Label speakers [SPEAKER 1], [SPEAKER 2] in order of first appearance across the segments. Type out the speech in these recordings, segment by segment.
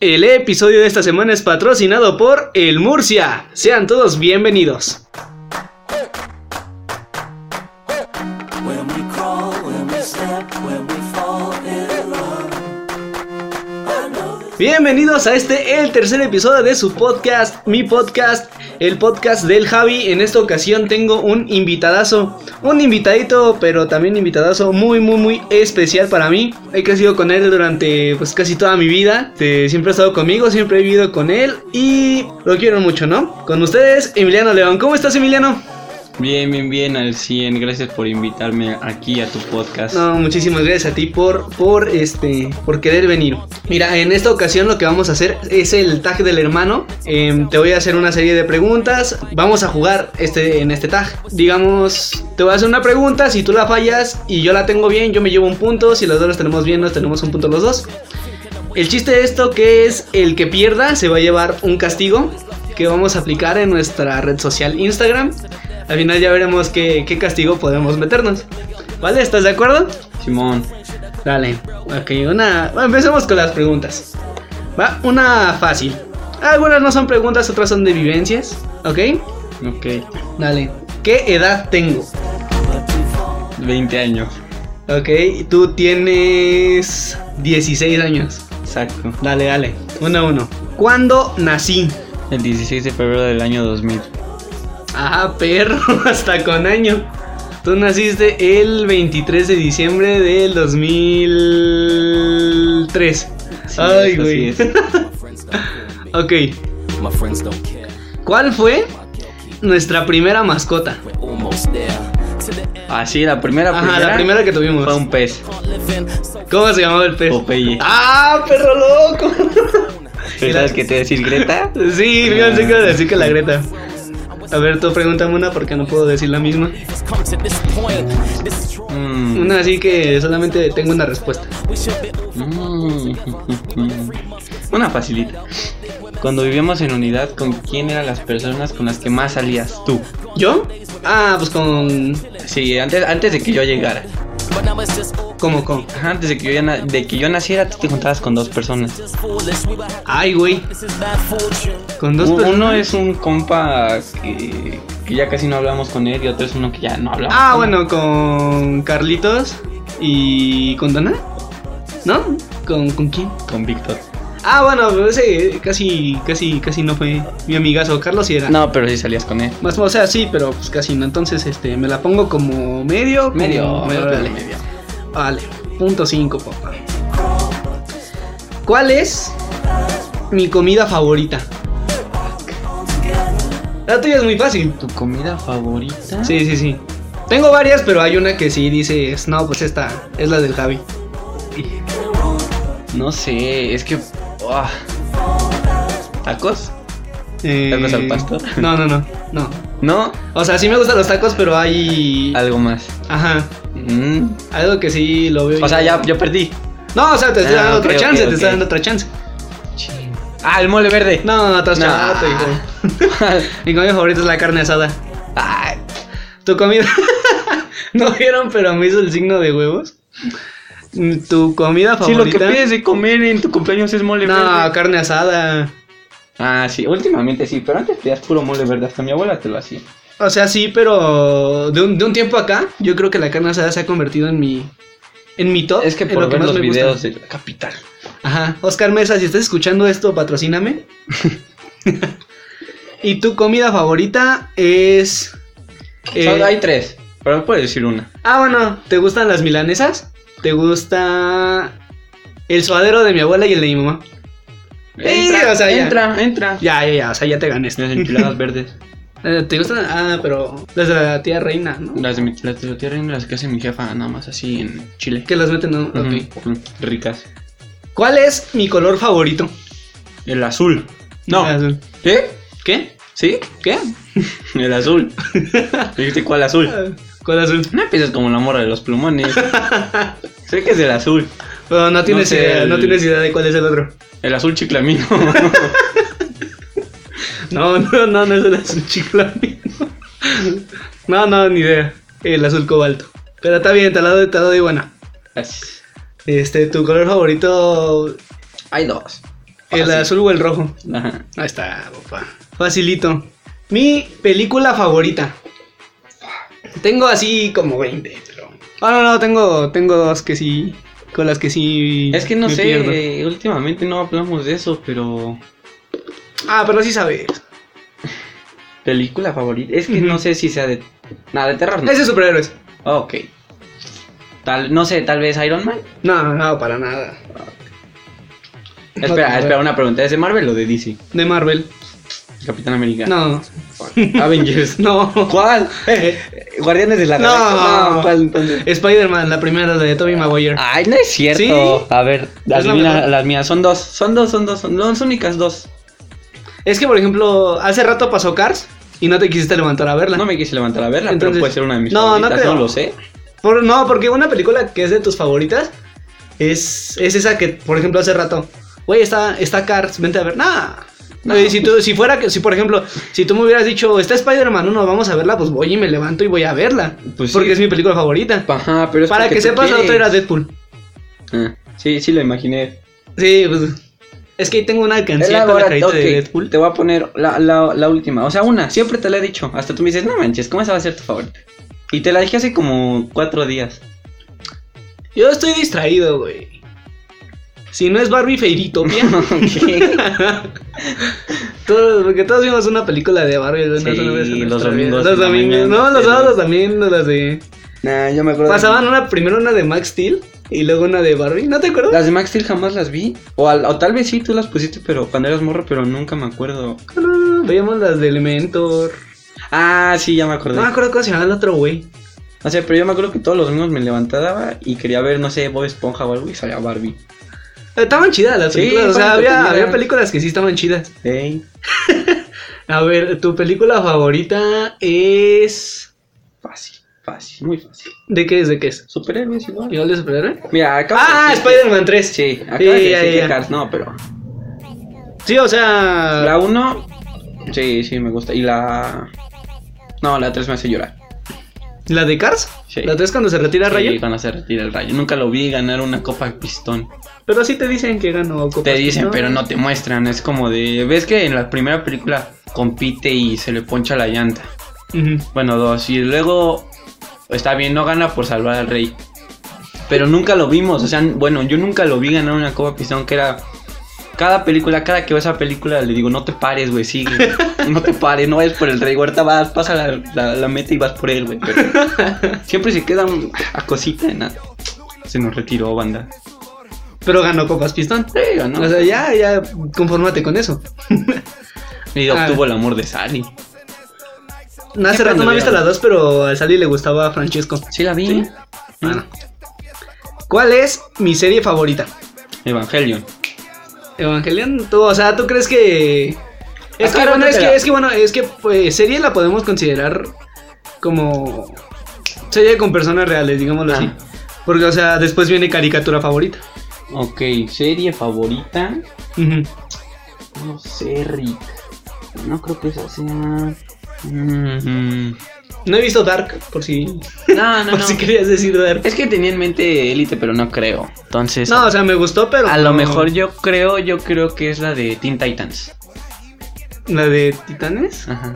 [SPEAKER 1] El episodio de esta semana es patrocinado por El Murcia. Sean todos bienvenidos.
[SPEAKER 2] When we crawl, when we step, when we fall in love. I know this.
[SPEAKER 1] Bienvenidos a este, el tercer episodio de su podcast, mi podcast, el podcast del Javi. En esta ocasión tengo un invitadazo, un invitadito, pero también invitadazo muy, muy, muy especial para mí. He crecido con él durante pues casi toda mi vida. Este, siempre ha estado conmigo, siempre he vivido con él y lo quiero mucho, ¿no? Con ustedes, Emiliano León. ¿Cómo estás, Emiliano?
[SPEAKER 3] Bien, bien, bien, al 100. Gracias por invitarme aquí a tu podcast.
[SPEAKER 1] No, muchísimas gracias a ti por, por este, por querer venir. Mira, en esta ocasión lo que vamos a hacer es el tag del hermano. Eh, te voy a hacer una serie de preguntas. Vamos a jugar este, en este tag. Digamos, te voy a hacer una pregunta. Si tú la fallas y yo la tengo bien, yo me llevo un punto. Si los dos los tenemos bien, nos tenemos un punto los dos. El chiste de esto que es el que pierda se va a llevar un castigo que vamos a aplicar en nuestra red social Instagram. Al final ya veremos qué, qué castigo podemos meternos. ¿Vale? ¿Estás de acuerdo?
[SPEAKER 3] Simón,
[SPEAKER 1] Dale. Ok, una... bueno, empecemos con las preguntas. Va, una fácil. Algunas no son preguntas, otras son de vivencias. ¿Ok?
[SPEAKER 3] ok.
[SPEAKER 1] Dale. ¿Qué edad tengo?
[SPEAKER 2] But we fall,
[SPEAKER 3] 20 años,
[SPEAKER 1] Ok, tú tienes 16 años.
[SPEAKER 3] exacto.
[SPEAKER 1] Dale, dale. Uno a uno. ¿Cuándo nací?
[SPEAKER 3] El 16 de febrero del año 2000.
[SPEAKER 1] Ah, perro, hasta con año. Tú naciste el 23 de diciembre del 2003.
[SPEAKER 3] Sí,
[SPEAKER 1] Ay,
[SPEAKER 3] es, así
[SPEAKER 1] güey.
[SPEAKER 3] es.
[SPEAKER 1] ok,
[SPEAKER 2] my friends don't care.
[SPEAKER 1] ¿cuál fue nuestra primera mascota?
[SPEAKER 2] We're almost there. To the end,
[SPEAKER 3] Ah, sí, la primera,
[SPEAKER 1] Ajá, la primera que tuvimos.
[SPEAKER 3] fue un pez.
[SPEAKER 2] living. So
[SPEAKER 1] ¿Cómo se llamaba el pez?
[SPEAKER 3] Popeye.
[SPEAKER 1] ¡Ah, perro loco!
[SPEAKER 3] ¿Pero ¿Sabes qué te iba a decir, Greta?
[SPEAKER 1] sí, fíjense que iba a
[SPEAKER 3] Ah.
[SPEAKER 1] decir que la Greta. A ver, tú pregúntame una porque no puedo decir la misma.
[SPEAKER 2] it's come to this point. This is true.
[SPEAKER 3] Mm.
[SPEAKER 1] Una así que solamente tengo una respuesta.
[SPEAKER 2] We should be
[SPEAKER 3] Mm. Una facilita. Cuando vivíamos en unidad, ¿con quién eran las personas con las que más salías tú?
[SPEAKER 1] ¿Yo? Ah, pues con...
[SPEAKER 3] Sí, antes, antes de que yo llegara.
[SPEAKER 2] but now it's just all
[SPEAKER 1] ¿Cómo con?
[SPEAKER 3] Ajá, antes de que yo, ya na- de que yo naciera, tú te juntabas con dos personas.
[SPEAKER 2] just foolish. We were happy.
[SPEAKER 1] Ay, güey.
[SPEAKER 2] This is bad fortune.
[SPEAKER 1] Con dos
[SPEAKER 3] U- Uno
[SPEAKER 1] personas.
[SPEAKER 3] es un compa que, que ya casi no hablamos con él y otro es uno que ya no hablamos.
[SPEAKER 1] Ah,
[SPEAKER 3] con él.
[SPEAKER 1] bueno, con Carlitos y con Donna. ¿No? ¿Con, ¿Con quién?
[SPEAKER 3] Con Víctor.
[SPEAKER 1] Ah, bueno, pero ese casi, casi, casi no fue mi amigazo. Carlos sí era.
[SPEAKER 3] No, pero sí salías con él.
[SPEAKER 1] Más, o sea, sí, pero pues casi no. Entonces, este, me la pongo como medio. como
[SPEAKER 3] Medio,
[SPEAKER 1] medio,
[SPEAKER 3] medio,
[SPEAKER 1] vale.
[SPEAKER 3] medio.
[SPEAKER 1] Vale, punto 5, papá. ¿Cuál es mi comida favorita? La tuya es muy fácil.
[SPEAKER 3] ¿Tu comida favorita?
[SPEAKER 1] Sí, sí, sí. Tengo varias, pero hay una que sí dices, no, pues esta es la del Javi.
[SPEAKER 3] No sé, es que. ah. ¿Tacos?
[SPEAKER 1] Eh,
[SPEAKER 3] ¿Tacos al pastor?
[SPEAKER 1] No, no, no, no.
[SPEAKER 3] No,
[SPEAKER 1] O sea, sí me gustan los tacos, pero hay...
[SPEAKER 3] algo más.
[SPEAKER 1] Ajá,
[SPEAKER 3] Mm.
[SPEAKER 1] algo que sí lo veo.
[SPEAKER 3] O sea, ya, ya perdí.
[SPEAKER 1] No, o sea, te estoy
[SPEAKER 3] Ah,
[SPEAKER 1] dando
[SPEAKER 3] ok,
[SPEAKER 1] otra
[SPEAKER 3] ok,
[SPEAKER 1] chance,
[SPEAKER 3] ok.
[SPEAKER 1] te estoy dando otra chance.
[SPEAKER 3] Ah, el mole verde.
[SPEAKER 1] No, no, estás
[SPEAKER 3] Nah.
[SPEAKER 1] chato, hijo. Mi comida favorita es la carne asada.
[SPEAKER 3] Ay,
[SPEAKER 1] Tu comida. ¿No vieron, pero me hizo el signo de huevos? Mm, Tu comida
[SPEAKER 3] sí,
[SPEAKER 1] favorita.
[SPEAKER 3] lo que pides de comer en tu cumpleaños es mole
[SPEAKER 1] No,
[SPEAKER 3] verde.
[SPEAKER 1] carne asada.
[SPEAKER 3] Ah, sí, últimamente sí, pero antes pedías puro mole verde. Hasta mi abuela te lo hacía.
[SPEAKER 1] O sea, sí, pero de un, de un tiempo acá, yo creo que la carne asada se ha convertido en mi. En mi top.
[SPEAKER 3] Es que
[SPEAKER 1] en
[SPEAKER 3] por
[SPEAKER 1] lo
[SPEAKER 3] ver
[SPEAKER 1] más
[SPEAKER 3] los
[SPEAKER 1] me gusta.
[SPEAKER 3] videos de la capital.
[SPEAKER 1] Ajá. Oscar Mesa, si estás escuchando esto, patrocíname. y tu comida favorita es. eh,
[SPEAKER 3] Solo hay tres, pero puedes decir una.
[SPEAKER 1] Ah, bueno, ¿te gustan las milanesas? ¿Te gusta el suadero de mi abuela y el de mi mamá? o sea, ya.
[SPEAKER 3] entra, entra.
[SPEAKER 1] Ya, ya, ya, o sea, ya te gané. esto.
[SPEAKER 3] Las enchiladas verdes.
[SPEAKER 1] Eh, ¿Te gustan? Ah, pero las de la tía reina, ¿no?
[SPEAKER 3] Las de mi las de la tierra las que hace mi jefa, nada más así en Chile.
[SPEAKER 1] Que las meten, ¿no?
[SPEAKER 3] Ujú,
[SPEAKER 1] Ok.
[SPEAKER 3] ujú, Ricas.
[SPEAKER 1] ¿Cuál es mi color favorito?
[SPEAKER 3] El azul. No.
[SPEAKER 1] Azul.
[SPEAKER 3] ¿Qué?
[SPEAKER 1] ¿Qué?
[SPEAKER 3] ¿Sí?
[SPEAKER 1] ¿Qué?
[SPEAKER 3] El azul. Dijiste cuál azul.
[SPEAKER 1] Ah, ¿Cuál azul?
[SPEAKER 3] No empiezas como la morra de los plumones. sé que es el azul.
[SPEAKER 1] Pero no tienes,
[SPEAKER 3] sé,
[SPEAKER 1] idea, no
[SPEAKER 3] el-
[SPEAKER 1] tienes idea de cuál es el otro.
[SPEAKER 3] El azul chiclamino.
[SPEAKER 1] No, no, no, no es el azul chiclamino. No, no, ni idea. El azul cobalto. Pero está bien, te la doy, te la doy buena.
[SPEAKER 3] Gracias.
[SPEAKER 1] Este, tu color favorito
[SPEAKER 3] Hay dos.
[SPEAKER 1] El
[SPEAKER 3] Fácil.
[SPEAKER 1] azul o el rojo.
[SPEAKER 3] Ajá.
[SPEAKER 1] Ahí está, papá. Facilito. Mi película favorita. Tengo así como 20, pero. Ah, no, no, tengo, tengo dos que sí. Con las que sí.
[SPEAKER 3] Es que no
[SPEAKER 1] me
[SPEAKER 3] sé,
[SPEAKER 1] pierdo.
[SPEAKER 3] eh, últimamente no hablamos de eso, pero.
[SPEAKER 1] Ah, pero sí sabes.
[SPEAKER 3] Película favorita. Es que
[SPEAKER 1] Ujú.
[SPEAKER 3] no sé si sea de. Nada, de terror. No.
[SPEAKER 1] Es de superhéroes.
[SPEAKER 3] Ok. Tal, no sé, tal vez Iron Man.
[SPEAKER 1] No, no, para nada.
[SPEAKER 3] Espera,
[SPEAKER 1] te-
[SPEAKER 3] espera, una pregunta. ¿Es de Marvel o de DC?
[SPEAKER 1] De Marvel.
[SPEAKER 3] Capitán América.
[SPEAKER 1] No,
[SPEAKER 3] Avengers.
[SPEAKER 1] no.
[SPEAKER 3] ¿Cuál? Eh, Guardianes de la
[SPEAKER 1] No.
[SPEAKER 3] Galaxia. No, ¿cuál Ah. entonces?
[SPEAKER 1] Spider-Man, la primera de Tobey Maguire.
[SPEAKER 3] Ay, no es cierto.
[SPEAKER 1] Sí.
[SPEAKER 3] A ver,
[SPEAKER 1] la
[SPEAKER 3] adivina
[SPEAKER 1] mejor.
[SPEAKER 3] las mías. Son dos, son dos, son dos, son son las únicas dos.
[SPEAKER 1] Es que, por ejemplo, hace rato pasó Cars y no te quisiste levantar a verla.
[SPEAKER 3] No me quise levantar a verla, pero
[SPEAKER 1] Entonces-
[SPEAKER 3] puede ser una de mis
[SPEAKER 1] No, no
[SPEAKER 3] favoritas,
[SPEAKER 1] creo.
[SPEAKER 3] no lo sé.
[SPEAKER 1] Por- no, porque una película que es de tus favoritas es, es esa que, por ejemplo, hace rato, güey, está, está Cars, vente a ver. Nah.
[SPEAKER 3] No.
[SPEAKER 1] Güey, si, tú, si fuera que, si por ejemplo, si tú me hubieras dicho, está Spider-Man 1, vamos a verla, pues voy y me levanto y voy a verla.
[SPEAKER 3] Pues sí.
[SPEAKER 1] porque es mi película favorita.
[SPEAKER 3] Ajá, pero es
[SPEAKER 1] Para
[SPEAKER 3] porque
[SPEAKER 1] que
[SPEAKER 3] tú
[SPEAKER 1] sepas, la otra era
[SPEAKER 3] quieres.
[SPEAKER 1] Deadpool.
[SPEAKER 3] Ah, sí, sí, lo imaginé.
[SPEAKER 1] Sí, pues. Es que ahí tengo una canción con la
[SPEAKER 3] Elabora-
[SPEAKER 1] carita
[SPEAKER 3] ok,
[SPEAKER 1] de Deadpool.
[SPEAKER 3] Te voy a poner la, la- la última. O sea, una, siempre te la he dicho. Hasta tú me dices, no manches, ¿cómo esa va a ser tu favorita? Y te la dije hace como cuatro días.
[SPEAKER 1] Yo estoy distraído, güey. Si no es Barbie Feiritopia.
[SPEAKER 3] Ok.
[SPEAKER 1] Todos, porque todos vimos una película de Barbie alguna
[SPEAKER 3] Sí,
[SPEAKER 1] sola vez en
[SPEAKER 3] los
[SPEAKER 1] nuestra
[SPEAKER 3] domingos
[SPEAKER 1] vida. Los
[SPEAKER 3] en la
[SPEAKER 1] domingos.
[SPEAKER 3] mañana,
[SPEAKER 1] No, los
[SPEAKER 3] sí,
[SPEAKER 1] sábados
[SPEAKER 3] los-
[SPEAKER 1] también, las de.
[SPEAKER 3] nah, yo me acuerdo. de-
[SPEAKER 1] Pasaban una, primero una de Max Steel y luego una de Barbie. ¿No te acuerdas?
[SPEAKER 3] Las de Max Steel jamás las vi. O, al- o tal vez sí tú las pusiste, pero cuando eras morro, pero nunca me acuerdo.
[SPEAKER 1] No, Veíamos las de Elementor.
[SPEAKER 3] Ah, sí, ya me acordé.
[SPEAKER 1] No me acuerdo cómo se llamaba el otro güey.
[SPEAKER 3] No sé, pero yo me acuerdo que todos los domingos me levantaba y quería ver, no sé, Bob Esponja o algo y salía Barbie.
[SPEAKER 1] Estaban chidas las
[SPEAKER 3] Sí,
[SPEAKER 1] películas. o sea,
[SPEAKER 3] estaban
[SPEAKER 1] había,
[SPEAKER 3] entretenidas.
[SPEAKER 1] había películas que sí estaban chidas.
[SPEAKER 3] Ey,
[SPEAKER 1] A ver, tu película favorita es.
[SPEAKER 3] fácil, fácil, muy fácil.
[SPEAKER 1] ¿De qué es? ¿De qué es?
[SPEAKER 3] Superhéroes igual.
[SPEAKER 1] ¿Igual de superhéroe?
[SPEAKER 3] Mira, acá.
[SPEAKER 1] Ah, Spider-Man 3.
[SPEAKER 3] Sí, acá
[SPEAKER 1] Sí, ya, ya, ya.
[SPEAKER 3] no, pero.
[SPEAKER 1] Sí, o sea.
[SPEAKER 3] La 1, sí, sí, me gusta. Y la. No, la 3 me hace llorar.
[SPEAKER 1] ¿La de Cars?
[SPEAKER 3] Sí.
[SPEAKER 1] ¿La 3 cuando se retira Rayo?
[SPEAKER 3] Sí, cuando se retira el rayo. Nunca lo vi ganar una copa pistón.
[SPEAKER 1] Pero sí te dicen que ganó Copa.
[SPEAKER 3] Te dicen, pero no te muestran. Es como de. ¿Ves que en la primera película compite y se le poncha la llanta?
[SPEAKER 1] Ujú.
[SPEAKER 3] Bueno, dos. Y luego. Está bien, no gana por salvar al rey. Pero nunca lo vimos. O sea, bueno, yo nunca lo vi ganar una copa pistón que era. Cada película, cada que veo esa película, le digo, no te pares, güey, sigue. No te pares, no vayas por el rey. Huerta, vas, pasa la, la- la meta y vas por él, güey. Pero siempre se queda un- a cosita de nada. Se nos retiró, banda.
[SPEAKER 1] Pero ganó Copas Pistón.
[SPEAKER 3] Sí, ganó.
[SPEAKER 1] O sea, ya, ya, confórmate con eso.
[SPEAKER 3] Y obtuvo el amor de Sally.
[SPEAKER 1] No, hace
[SPEAKER 3] Siempre
[SPEAKER 1] rato no
[SPEAKER 3] me
[SPEAKER 1] he visto
[SPEAKER 3] veo.
[SPEAKER 1] las dos, pero a Sally le gustaba a Francesco.
[SPEAKER 3] Sí, la vi.
[SPEAKER 1] ¿Sí?
[SPEAKER 3] Mm.
[SPEAKER 1] Bueno. ¿Cuál es mi serie favorita?
[SPEAKER 3] Evangelion.
[SPEAKER 1] Evangelion, tú, o sea, ¿tú crees que.? Es
[SPEAKER 3] Acá
[SPEAKER 1] que, bueno,
[SPEAKER 3] no te
[SPEAKER 1] es que,
[SPEAKER 3] la-
[SPEAKER 1] es que, bueno, es que, pues, serie la podemos considerar como. Serie con personas reales, digámoslo
[SPEAKER 3] Ah.
[SPEAKER 1] así. Porque, o sea, después viene caricatura favorita.
[SPEAKER 3] Ok, serie favorita.
[SPEAKER 1] Ujú.
[SPEAKER 3] No sé, Rick. No creo que esa sea. Mm.
[SPEAKER 1] No he visto Dark, por si.
[SPEAKER 3] No, no,
[SPEAKER 1] por
[SPEAKER 3] no.
[SPEAKER 1] si querías decir Dark.
[SPEAKER 3] Es que tenía en mente Elite, pero no creo. Entonces,
[SPEAKER 1] No, o sea, me gustó, pero.
[SPEAKER 3] a lo
[SPEAKER 1] no.
[SPEAKER 3] mejor yo creo, yo creo que es la de Teen Titans.
[SPEAKER 1] ¿La de Titanes?
[SPEAKER 3] Ajá.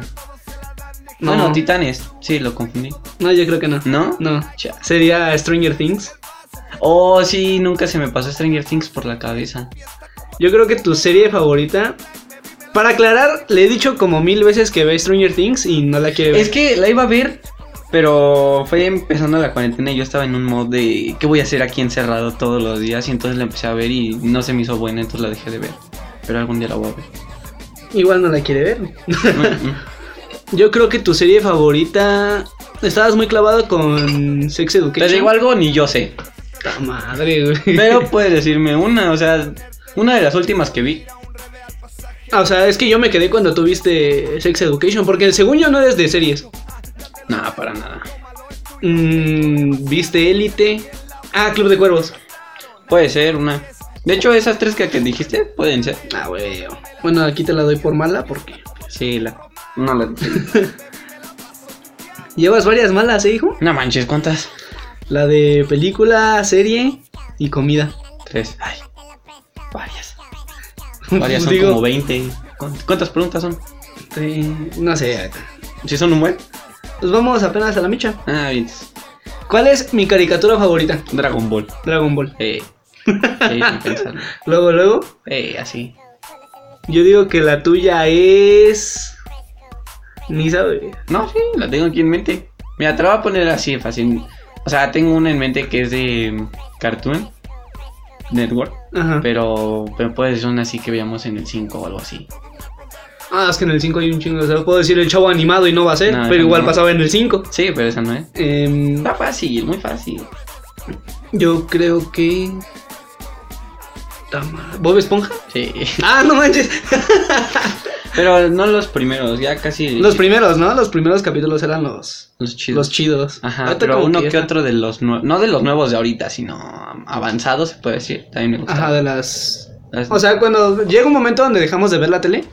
[SPEAKER 1] No,
[SPEAKER 3] Bueno, Titanes. Sí, lo confundí.
[SPEAKER 1] no, yo creo que no.
[SPEAKER 3] ¿No?
[SPEAKER 1] No.
[SPEAKER 3] Cha-
[SPEAKER 1] Sería Stranger Things.
[SPEAKER 3] Oh, sí, nunca se me pasó Stranger Things por la cabeza.
[SPEAKER 1] Yo creo que tu serie favorita. Para aclarar, le he dicho como mil veces que ve Stranger Things y no la quiere ver.
[SPEAKER 3] Es que la iba a ver, pero fue empezando la cuarentena y yo estaba en un mod de ¿qué voy a hacer aquí encerrado todos los días? Y entonces la empecé a ver y no se me hizo buena, entonces la dejé de ver. Pero algún día la voy a ver.
[SPEAKER 1] Igual no la quiere ver.
[SPEAKER 3] Mm, mm.
[SPEAKER 1] Yo creo que tu serie favorita. Estabas muy clavado con Sex Education.
[SPEAKER 3] Te digo algo, ni yo sé.
[SPEAKER 1] Ta madre, güey.
[SPEAKER 3] Pero puedes decirme una, o sea, una de las últimas que vi.
[SPEAKER 1] Ah, O sea, es que yo me quedé cuando tú viste Sex Education. Porque según yo no eres de series.
[SPEAKER 3] Nada, para nada.
[SPEAKER 1] Mm, viste Élite. Ah, Club de Cuervos.
[SPEAKER 3] Puede ser una. De hecho, esas tres que, que dijiste pueden ser.
[SPEAKER 1] Ah, güey. Bueno, aquí te la doy por mala porque
[SPEAKER 3] Sí, la. No la.
[SPEAKER 1] llevas varias malas, ¿eh, hijo?
[SPEAKER 3] No manches, ¿cuántas?
[SPEAKER 1] La de película, serie y comida.
[SPEAKER 3] Tres. Ay, varias. Varias son
[SPEAKER 1] Digo-
[SPEAKER 3] como 20. ¿Cu- ¿Cuántas preguntas son?
[SPEAKER 1] Eh, no sé.
[SPEAKER 3] ¿Sí son un buen?
[SPEAKER 1] Pues vamos apenas a la micha.
[SPEAKER 3] Ah, bien.
[SPEAKER 1] ¿Cuál es mi caricatura favorita?
[SPEAKER 3] Dragon Ball.
[SPEAKER 1] Dragon Ball.
[SPEAKER 3] Eh. Sí, sin pensarlo.
[SPEAKER 1] Luego, luego.
[SPEAKER 3] Eh, así.
[SPEAKER 1] Yo digo que la tuya es. Ni sabe.
[SPEAKER 3] No, sí, la tengo aquí en mente. Mira, te la voy a poner así, fácil. O sea, tengo una en mente que es de mm, Cartoon Network.
[SPEAKER 1] Ajá.
[SPEAKER 3] Pero, pero puede ser una así que veamos en el 5 o algo así.
[SPEAKER 1] Ah, es que en el 5 hay un chingo. O sea, puedo decir el chavo animado y no va a ser.
[SPEAKER 3] No,
[SPEAKER 1] pero
[SPEAKER 3] no,
[SPEAKER 1] igual
[SPEAKER 3] no.
[SPEAKER 1] pasaba en el 5.
[SPEAKER 3] Sí, pero esa no es.
[SPEAKER 1] Em,
[SPEAKER 3] Está fácil, muy fácil.
[SPEAKER 1] yo creo que. Tama- ¿Bob Esponja?
[SPEAKER 3] Sí.
[SPEAKER 1] Ah, no manches.
[SPEAKER 3] Pero no los primeros, ya casi.
[SPEAKER 1] Los primeros, ¿no? Los primeros capítulos eran los,
[SPEAKER 3] los chidos.
[SPEAKER 1] los chidos.
[SPEAKER 3] Ajá,
[SPEAKER 1] Ahorita
[SPEAKER 3] pero
[SPEAKER 1] como
[SPEAKER 3] uno que,
[SPEAKER 1] ya está-
[SPEAKER 3] otro de los nuevos. No de los nuevos de ahorita, sino avanzados, se puede decir. También me gusta.
[SPEAKER 1] Ajá, de las.
[SPEAKER 3] Las-
[SPEAKER 1] O sea, cuando llega un momento donde dejamos de ver la tele,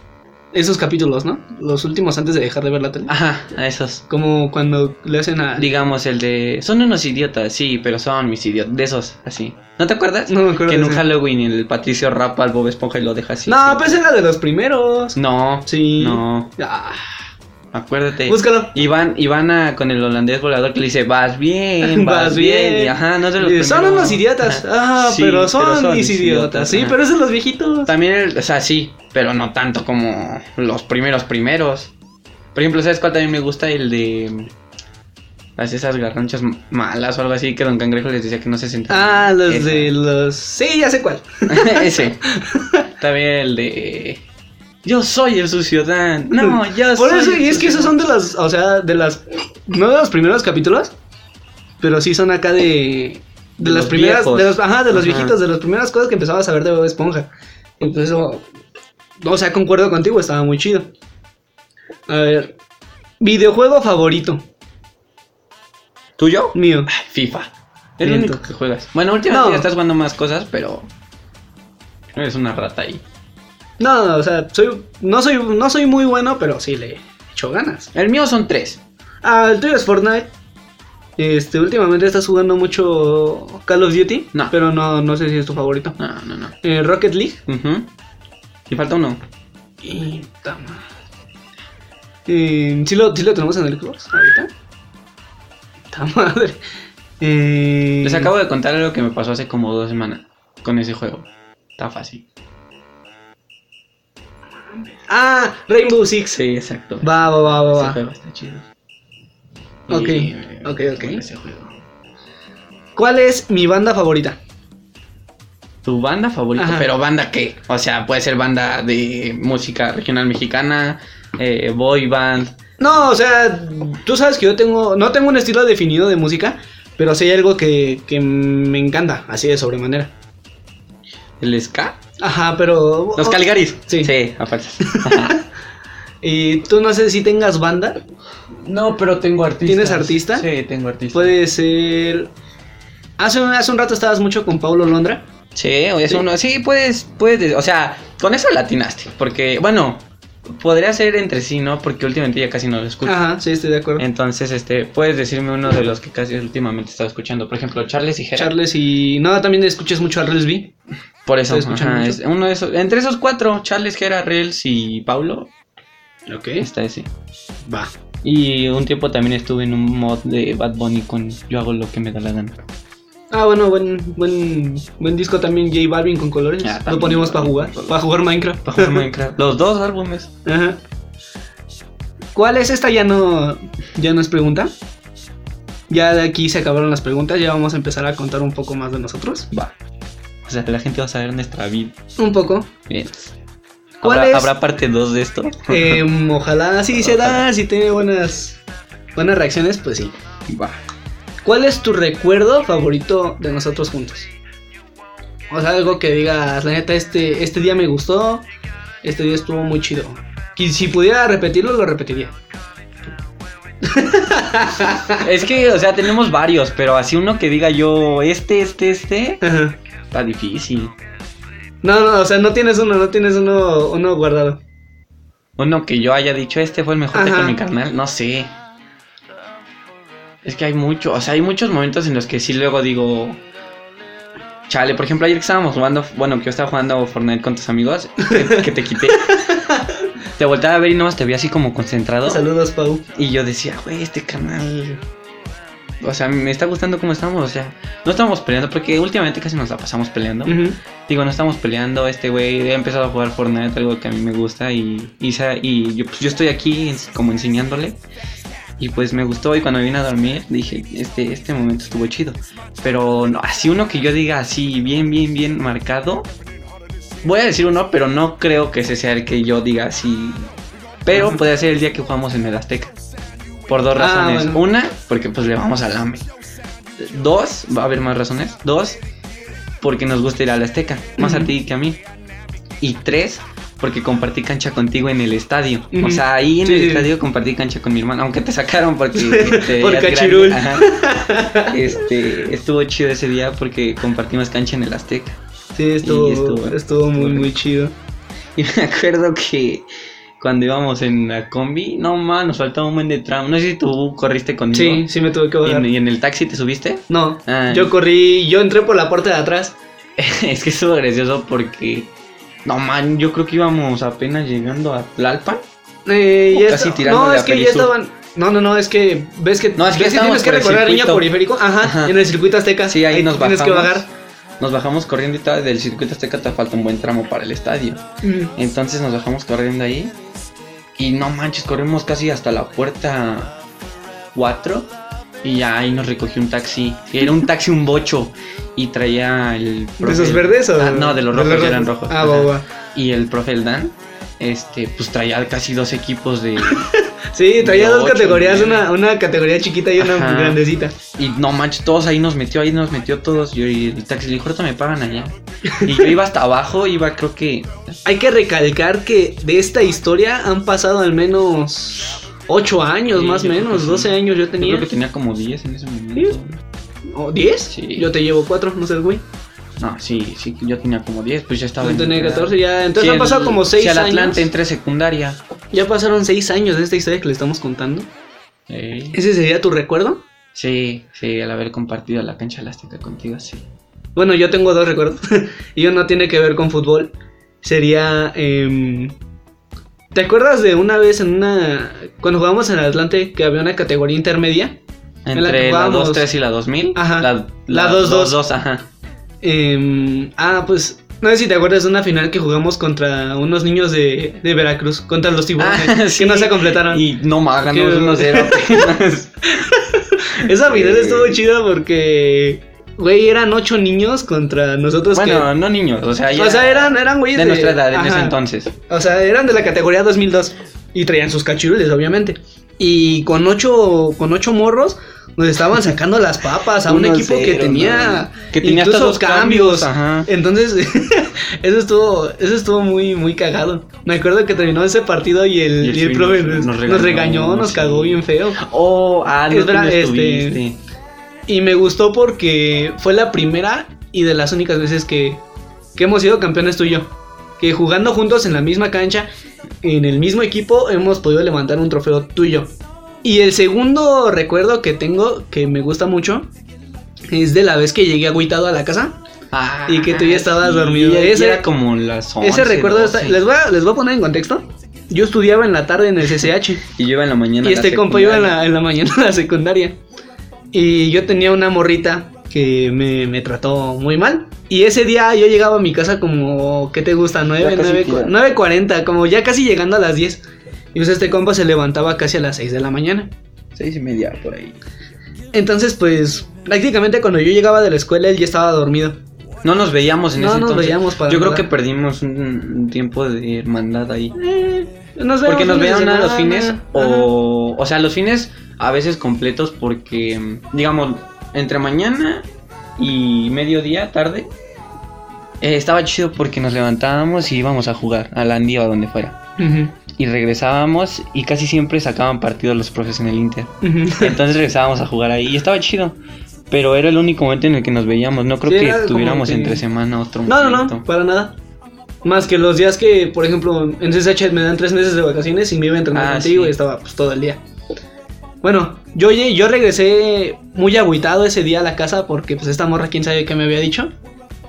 [SPEAKER 1] esos capítulos, ¿no? Los últimos antes de dejar de ver la tele.
[SPEAKER 3] Ajá, a esos.
[SPEAKER 1] Como cuando le hacen a.
[SPEAKER 3] Digamos el de. Son unos idiotas, sí, pero son mis idiotas. De esos, así. ¿No te acuerdas?
[SPEAKER 1] No me acuerdo
[SPEAKER 3] Que en
[SPEAKER 1] de
[SPEAKER 3] un
[SPEAKER 1] ese.
[SPEAKER 3] Halloween el Patricio rapa al Bob Esponja y lo deja así.
[SPEAKER 1] no,
[SPEAKER 3] sí.
[SPEAKER 1] pues era de los primeros.
[SPEAKER 3] No.
[SPEAKER 1] Sí.
[SPEAKER 3] No.
[SPEAKER 1] Ah,
[SPEAKER 3] Acuérdate.
[SPEAKER 1] búscalo.
[SPEAKER 3] Y van, y van a- con el holandés volador que le dice, vas bien, vas, bien. Y, ajá, no es de los
[SPEAKER 1] Y Eh, Son
[SPEAKER 3] primeros.
[SPEAKER 1] unos idiotas.
[SPEAKER 3] Ajá.
[SPEAKER 1] Ah,
[SPEAKER 3] Sí,
[SPEAKER 1] pero, son mis idiotas. Sí,
[SPEAKER 3] ajá.
[SPEAKER 1] pero esos los viejitos.
[SPEAKER 3] También, el- o sea, sí, pero no tanto como los primeros primeros. Por ejemplo, ¿sabes cuál también me gusta? El de mm, las esas garranchas m- malas o algo así que Don Cangrejo les decía que no se sentaran.
[SPEAKER 1] Ah, los
[SPEAKER 3] Esa.
[SPEAKER 1] de los. Sí, ya sé cuál.
[SPEAKER 3] Ese. También el de... Yo soy el sucio Dan. No, yo
[SPEAKER 1] Por
[SPEAKER 3] soy
[SPEAKER 1] eso,
[SPEAKER 3] el
[SPEAKER 1] y es que
[SPEAKER 3] sucio
[SPEAKER 1] esos son
[SPEAKER 3] Dan".
[SPEAKER 1] de las. O sea, de las. No de los primeros capítulos. Pero sí son acá de. De,
[SPEAKER 3] De
[SPEAKER 1] las
[SPEAKER 3] los
[SPEAKER 1] primeras.
[SPEAKER 3] viejos.
[SPEAKER 1] De los, ajá, de los
[SPEAKER 3] Ajá.
[SPEAKER 1] viejitos. De las primeras cosas que empezabas a ver de Bob Esponja. Entonces, o, o sea, concuerdo contigo, estaba muy chido. A ver. Videojuego favorito
[SPEAKER 3] ¿Tuyo?
[SPEAKER 1] mío.
[SPEAKER 3] Ay, FIFA. Es lo
[SPEAKER 1] Miento.
[SPEAKER 3] único que juegas. Bueno, últimamente
[SPEAKER 1] No.
[SPEAKER 3] ya estás jugando más cosas, pero. Eres una rata ahí.
[SPEAKER 1] No, no, o sea, soy, no, soy, no soy muy bueno, pero sí le echo ganas.
[SPEAKER 3] El mío son tres.
[SPEAKER 1] Ah, el tuyo es Fortnite. Este, últimamente estás jugando mucho Call of Duty.
[SPEAKER 3] No.
[SPEAKER 1] Pero no, no sé si es tu favorito.
[SPEAKER 3] No, no, no.
[SPEAKER 1] Eh, Rocket League.
[SPEAKER 3] Ujú. Y falta uno.
[SPEAKER 1] Y tama. Eh, ¿sí, lo, sí lo tenemos en el Xbox ahorita? ¡Ta madre! Eh,
[SPEAKER 3] Les acabo de contar algo que me pasó hace como dos semanas con ese juego. Está fácil.
[SPEAKER 1] Ah, Rainbow Six.
[SPEAKER 3] Sí, exacto.
[SPEAKER 1] Va, va, va, va.
[SPEAKER 3] Ese
[SPEAKER 1] va.
[SPEAKER 3] juego está chido.
[SPEAKER 1] Ok,
[SPEAKER 3] Y- eh,
[SPEAKER 1] ok, ok.
[SPEAKER 3] Ese juego.
[SPEAKER 1] ¿Cuál es mi banda favorita?
[SPEAKER 3] Tu banda favorita,
[SPEAKER 1] Ajá.
[SPEAKER 3] pero banda qué? O sea, puede ser banda de música regional mexicana, eh, boy band,
[SPEAKER 1] No, o sea, tú sabes que yo tengo. No tengo un estilo definido de música, pero sí hay algo que, que me encanta, así de sobremanera.
[SPEAKER 3] el ska.
[SPEAKER 1] Ajá, pero.
[SPEAKER 3] Los Caligaris.
[SPEAKER 1] Sí.
[SPEAKER 3] Sí, a fuerzas.
[SPEAKER 1] Y tú no sé si tengas banda.
[SPEAKER 3] no, pero tengo artista.
[SPEAKER 1] ¿Tienes artista?
[SPEAKER 3] Sí, tengo artista.
[SPEAKER 1] Puede ser. Hace un, hace un rato estabas mucho con Paulo Londra.
[SPEAKER 3] Sí, o es uno. Sí, puedes, puedes. O sea, con esa latinaste. Porque, bueno, podría ser entre sí, ¿no? Porque últimamente ya casi no lo escucho.
[SPEAKER 1] Ajá, sí, estoy de acuerdo.
[SPEAKER 3] Entonces, este, puedes decirme uno de los que casi últimamente estaba escuchando. Por ejemplo, Charles y Gerard.
[SPEAKER 1] Charles y. No, también escuchas mucho a Resby.
[SPEAKER 3] Por eso,
[SPEAKER 1] ¿Estoy escuchando
[SPEAKER 3] ajá,
[SPEAKER 1] mucho?
[SPEAKER 3] es uno de esos. Entre esos cuatro, Charles, Gerard, Rels y Paulo,
[SPEAKER 1] Ok.
[SPEAKER 3] está ese.
[SPEAKER 1] Va.
[SPEAKER 3] Y un tiempo también estuve en un mod de Bad Bunny con Yo hago lo que me da la gana.
[SPEAKER 1] Ah, bueno, buen, buen, buen disco también J Balvin con colores.
[SPEAKER 3] Ah,
[SPEAKER 1] Lo
[SPEAKER 3] también.
[SPEAKER 1] ponemos para jugar. Para jugar Minecraft.
[SPEAKER 3] Para jugar Minecraft. Los dos álbumes.
[SPEAKER 1] Ajá. ¿Cuál es esta? Ya no, ya no es pregunta. Ya de aquí se acabaron las preguntas. Ya vamos a empezar a contar un poco más de nosotros.
[SPEAKER 3] Va. O sea, la gente va a saber nuestra vida.
[SPEAKER 1] Un poco.
[SPEAKER 3] Bien.
[SPEAKER 1] ¿Cuál
[SPEAKER 3] ¿Habrá,
[SPEAKER 1] es?
[SPEAKER 3] habrá parte 2 de esto?
[SPEAKER 1] Eh, ojalá sí se da, si tiene buenas, buenas reacciones, pues sí.
[SPEAKER 3] Va.
[SPEAKER 1] ¿Cuál es tu recuerdo favorito de nosotros juntos? O sea, algo que digas, la neta, este, este día me gustó, este día estuvo muy chido. Y si pudiera repetirlo, lo repetiría.
[SPEAKER 3] Es que, o sea, tenemos varios, pero así uno que diga yo, este, este, este,
[SPEAKER 1] Ajá.
[SPEAKER 3] está difícil.
[SPEAKER 1] No, no, o sea, no tienes uno, no tienes uno, uno guardado.
[SPEAKER 3] Uno que yo haya dicho, este fue el mejor de
[SPEAKER 1] Ajá.
[SPEAKER 3] con mi carnal, no sé. Es que hay mucho, o sea, hay muchos momentos en los que sí luego digo, Chale, por ejemplo, ayer que estábamos jugando, bueno, que yo estaba jugando Fortnite con tus amigos, que, que te quité. Te volteaba a ver y nomás te vi así como concentrado.
[SPEAKER 1] Saludos, Pau.
[SPEAKER 3] Y yo decía, güey, este canal. O sea, me está gustando cómo estamos. O sea, no estamos peleando porque últimamente casi nos la pasamos peleando.
[SPEAKER 1] Ujú.
[SPEAKER 3] Digo, no estamos peleando. Este güey ha empezado a jugar Fortnite, algo que a mí me gusta. Y, y, sa- y yo, pues, yo estoy aquí ens- como enseñándole. Y pues me gustó. Y cuando me vine a dormir, dije, este, este momento estuvo chido. Pero no, así uno que yo diga así, bien, bien, bien marcado. Voy a decir uno, pero no creo que ese sea el que yo diga así. Pero
[SPEAKER 1] Ujú.
[SPEAKER 3] puede ser el día que jugamos en el Azteca. Por dos
[SPEAKER 1] Ah,
[SPEAKER 3] razones.
[SPEAKER 1] bueno.
[SPEAKER 3] Una, porque pues le vamos al AME. Dos, va a haber más razones. Dos, porque nos gusta ir a la Azteca, más a
[SPEAKER 1] Ujú.
[SPEAKER 3] ti que a mí. Y tres, porque compartí cancha contigo en el estadio. O
[SPEAKER 1] Ujú.
[SPEAKER 3] sea, ahí en
[SPEAKER 1] Sí,
[SPEAKER 3] el
[SPEAKER 1] sí.
[SPEAKER 3] estadio compartí cancha con mi hermano, aunque te sacaron porque te
[SPEAKER 1] Por
[SPEAKER 3] veías grande.
[SPEAKER 1] cachirul.
[SPEAKER 3] Ajá. Este, estuvo chido ese día porque compartimos cancha en el Azteca.
[SPEAKER 1] Sí, estuvo,
[SPEAKER 3] Y estuvo-
[SPEAKER 1] estuvo, muy, muy chido.
[SPEAKER 3] Y me acuerdo que cuando íbamos en la combi, no más, nos faltaba un buen de tram. No sé si tú corriste conmigo.
[SPEAKER 1] Sí, sí me tuve que
[SPEAKER 3] ¿Y
[SPEAKER 1] bajar.
[SPEAKER 3] en, y en el taxi te subiste?
[SPEAKER 1] No,
[SPEAKER 3] Ah.
[SPEAKER 1] yo corrí, yo entré por la puerta de atrás.
[SPEAKER 3] es que estuvo gracioso porque. No man, yo creo que íbamos apenas llegando a Tlalpan.
[SPEAKER 1] Eh, ya
[SPEAKER 3] Casi
[SPEAKER 1] esta-
[SPEAKER 3] tirándole
[SPEAKER 1] No,
[SPEAKER 3] a
[SPEAKER 1] es que ya
[SPEAKER 3] Perisur.
[SPEAKER 1] estaban. No, no, no, es que ves que,
[SPEAKER 3] No, es que
[SPEAKER 1] ves
[SPEAKER 3] estábamos
[SPEAKER 1] tienes que
[SPEAKER 3] por el
[SPEAKER 1] recorrer el niño
[SPEAKER 3] circuito.
[SPEAKER 1] periférico. Ajá,
[SPEAKER 3] Ajá.
[SPEAKER 1] en el circuito Azteca.
[SPEAKER 3] Sí, ahí, nos
[SPEAKER 1] tienes
[SPEAKER 3] bajamos.
[SPEAKER 1] que bajar.
[SPEAKER 3] Nos bajamos corriendo y tal. Del circuito Azteca te falta un buen tramo para el estadio.
[SPEAKER 1] Mm.
[SPEAKER 3] Entonces nos bajamos corriendo ahí. Y no manches, corrimos casi hasta la puerta 4. Y ya ahí nos recogió un taxi. Era un taxi, un bocho. Y traía el.
[SPEAKER 1] ¿De
[SPEAKER 3] profe-
[SPEAKER 1] esos verdes o?
[SPEAKER 3] Ah, no, de los rojos, eran rojos.
[SPEAKER 1] Ah,
[SPEAKER 3] Ajá.
[SPEAKER 1] va, va.
[SPEAKER 3] Y el profe, el Dan, este, pues traía casi dos equipos de.
[SPEAKER 1] Sí, traía
[SPEAKER 3] De
[SPEAKER 1] dos
[SPEAKER 3] ocho,
[SPEAKER 1] categorías,
[SPEAKER 3] nueve.
[SPEAKER 1] una, una categoría chiquita y una
[SPEAKER 3] Ajá.
[SPEAKER 1] grandecita.
[SPEAKER 3] Y no manches, todos ahí nos metió, ahí nos metió todos. Yo y el taxi le dijo, ahorita me pagan allá. Y yo iba hasta abajo, iba creo que.
[SPEAKER 1] Hay que recalcar que de esta historia han pasado al menos 8 años,
[SPEAKER 3] Sí,
[SPEAKER 1] más o
[SPEAKER 3] yo creo que
[SPEAKER 1] menos.
[SPEAKER 3] sí.
[SPEAKER 1] 12 años yo
[SPEAKER 3] Yo
[SPEAKER 1] tenía.
[SPEAKER 3] creo que tenía como 10 en ese momento.
[SPEAKER 1] ¿O 10?
[SPEAKER 3] Sí.
[SPEAKER 1] Yo te llevo 4, no sé, güey.
[SPEAKER 3] No, sí, sí, yo tenía como 10, pues ya estaba.
[SPEAKER 1] Yo
[SPEAKER 3] en
[SPEAKER 1] tenía
[SPEAKER 3] la-
[SPEAKER 1] 14 ya. Entonces
[SPEAKER 3] Sí,
[SPEAKER 1] han pasado
[SPEAKER 3] el-
[SPEAKER 1] como 6
[SPEAKER 3] sí, al
[SPEAKER 1] años.
[SPEAKER 3] Atlante entré secundaria.
[SPEAKER 1] Ya pasaron 6 años de esta historia que le estamos contando.
[SPEAKER 3] Sí,
[SPEAKER 1] ¿Ese sería tu recuerdo?
[SPEAKER 3] sí, al haber compartido la cancha elástica contigo, sí.
[SPEAKER 1] Bueno, yo tengo dos recuerdos. y uno tiene que ver con fútbol. Sería. em, ¿Te acuerdas de una vez en una. Cuando jugábamos en Atlante que había una categoría intermedia? En la que
[SPEAKER 3] Entre la,
[SPEAKER 1] jugábamos.
[SPEAKER 3] 2-3 y la 2000.
[SPEAKER 1] Ajá.
[SPEAKER 3] La,
[SPEAKER 1] La 2-2.
[SPEAKER 3] 2-2, ajá.
[SPEAKER 1] Em, ah, pues. No sé si te acuerdas de una final que jugamos contra unos niños de, de Veracruz, contra los tiburones,
[SPEAKER 3] Ah, sí.
[SPEAKER 1] que no se completaron.
[SPEAKER 3] Y no más, ganamos
[SPEAKER 1] Que- Pues
[SPEAKER 3] 1-0 apenas.
[SPEAKER 1] Esa final
[SPEAKER 3] Eh.
[SPEAKER 1] estuvo chida porque, güey, eran ocho niños contra nosotros
[SPEAKER 3] bueno, no niños, o sea,
[SPEAKER 1] que...
[SPEAKER 3] ya
[SPEAKER 1] O sea, eran, eran güeyes
[SPEAKER 3] de nuestra edad en ese
[SPEAKER 1] ajá.
[SPEAKER 3] entonces.
[SPEAKER 1] O sea, eran de la categoría 2002 y traían sus cachirules, obviamente. Y con ocho, con ocho morros nos estaban sacando las papas a un
[SPEAKER 3] 1-0,
[SPEAKER 1] equipo que
[SPEAKER 3] no.
[SPEAKER 1] tenía,
[SPEAKER 3] Que tenía hasta
[SPEAKER 1] incluso
[SPEAKER 3] dos cambios, ajá.
[SPEAKER 1] Entonces, eso estuvo, eso estuvo muy, muy cagado. Me acuerdo que terminó ese partido y el,
[SPEAKER 3] Y el
[SPEAKER 1] y el
[SPEAKER 3] Chuy
[SPEAKER 1] profe nos,
[SPEAKER 3] nos- nos
[SPEAKER 1] nos
[SPEAKER 3] regañó,
[SPEAKER 1] regañó, nos
[SPEAKER 3] sí.
[SPEAKER 1] cagó bien feo.
[SPEAKER 3] Oh, ah, no,
[SPEAKER 1] Es
[SPEAKER 3] tú no
[SPEAKER 1] verdad, este,
[SPEAKER 3] estuviste.
[SPEAKER 1] Y me gustó porque fue la primera y de las únicas veces que, que hemos sido campeones tú y yo. Que jugando juntos en la misma cancha, en el mismo equipo, hemos podido levantar un trofeo tú y yo. Y el segundo recuerdo que tengo, que me gusta mucho, es de la vez que llegué agüitado a la casa.
[SPEAKER 3] Ah,
[SPEAKER 1] y que tú ya estabas dormido.
[SPEAKER 3] y ya- ya
[SPEAKER 1] Ese-
[SPEAKER 3] era como las 11,
[SPEAKER 1] Ese recuerdo, está-
[SPEAKER 3] 12.
[SPEAKER 1] les, voy a, les voy a poner en contexto. Yo estudiaba en la tarde en el CCH.
[SPEAKER 3] Y yo iba en la mañana.
[SPEAKER 1] Y
[SPEAKER 3] a la
[SPEAKER 1] este compa iba en
[SPEAKER 3] secundaria.
[SPEAKER 1] la, en la mañana a la secundaria. Y yo tenía una morrita que me, me trató muy mal. Y ese día yo llegaba a mi casa como, ¿qué te gusta? 9,
[SPEAKER 3] Ya casi
[SPEAKER 1] 9,
[SPEAKER 3] tira.
[SPEAKER 1] 9.40, como ya casi llegando a las 10. Y pues este compa se levantaba casi a las 6 de la mañana.
[SPEAKER 3] Seis y media por ahí.
[SPEAKER 1] Entonces pues prácticamente cuando yo llegaba de la escuela él ya estaba dormido.
[SPEAKER 3] No nos veíamos en
[SPEAKER 1] No
[SPEAKER 3] ese
[SPEAKER 1] nos
[SPEAKER 3] entonces.
[SPEAKER 1] veíamos para
[SPEAKER 3] Yo creo
[SPEAKER 1] nada.
[SPEAKER 3] que perdimos un, un tiempo de hermandad ahí.
[SPEAKER 1] Eh, nos
[SPEAKER 3] Porque nos
[SPEAKER 1] fines de
[SPEAKER 3] veían a los
[SPEAKER 1] semana.
[SPEAKER 3] fines o... O sea, los fines a veces completos porque, mm, digamos, entre mañana y mediodía, tarde, eh, estaba chido porque nos levantábamos y íbamos a jugar a la Andía o donde fuera.
[SPEAKER 1] Ajá. Ujú,
[SPEAKER 3] Y regresábamos y casi siempre sacaban partido los profes en el Inter.
[SPEAKER 1] ujú.
[SPEAKER 3] Entonces regresábamos a jugar ahí y estaba chido. Pero era el único momento en el que nos veíamos. No creo
[SPEAKER 1] Sí, era
[SPEAKER 3] que
[SPEAKER 1] como
[SPEAKER 3] tuviéramos
[SPEAKER 1] que-
[SPEAKER 3] entre semana otro
[SPEAKER 1] No, no,
[SPEAKER 3] momento.
[SPEAKER 1] no, para nada. Más que los días que, por ejemplo, en CSH me dan tres meses de vacaciones y me iba a entrenar
[SPEAKER 3] Ah,
[SPEAKER 1] contigo
[SPEAKER 3] sí.
[SPEAKER 1] y estaba pues todo el día. Bueno, yo, lle- yo regresé muy agüitado ese día a la casa porque pues esta morra quién sabe qué me había dicho.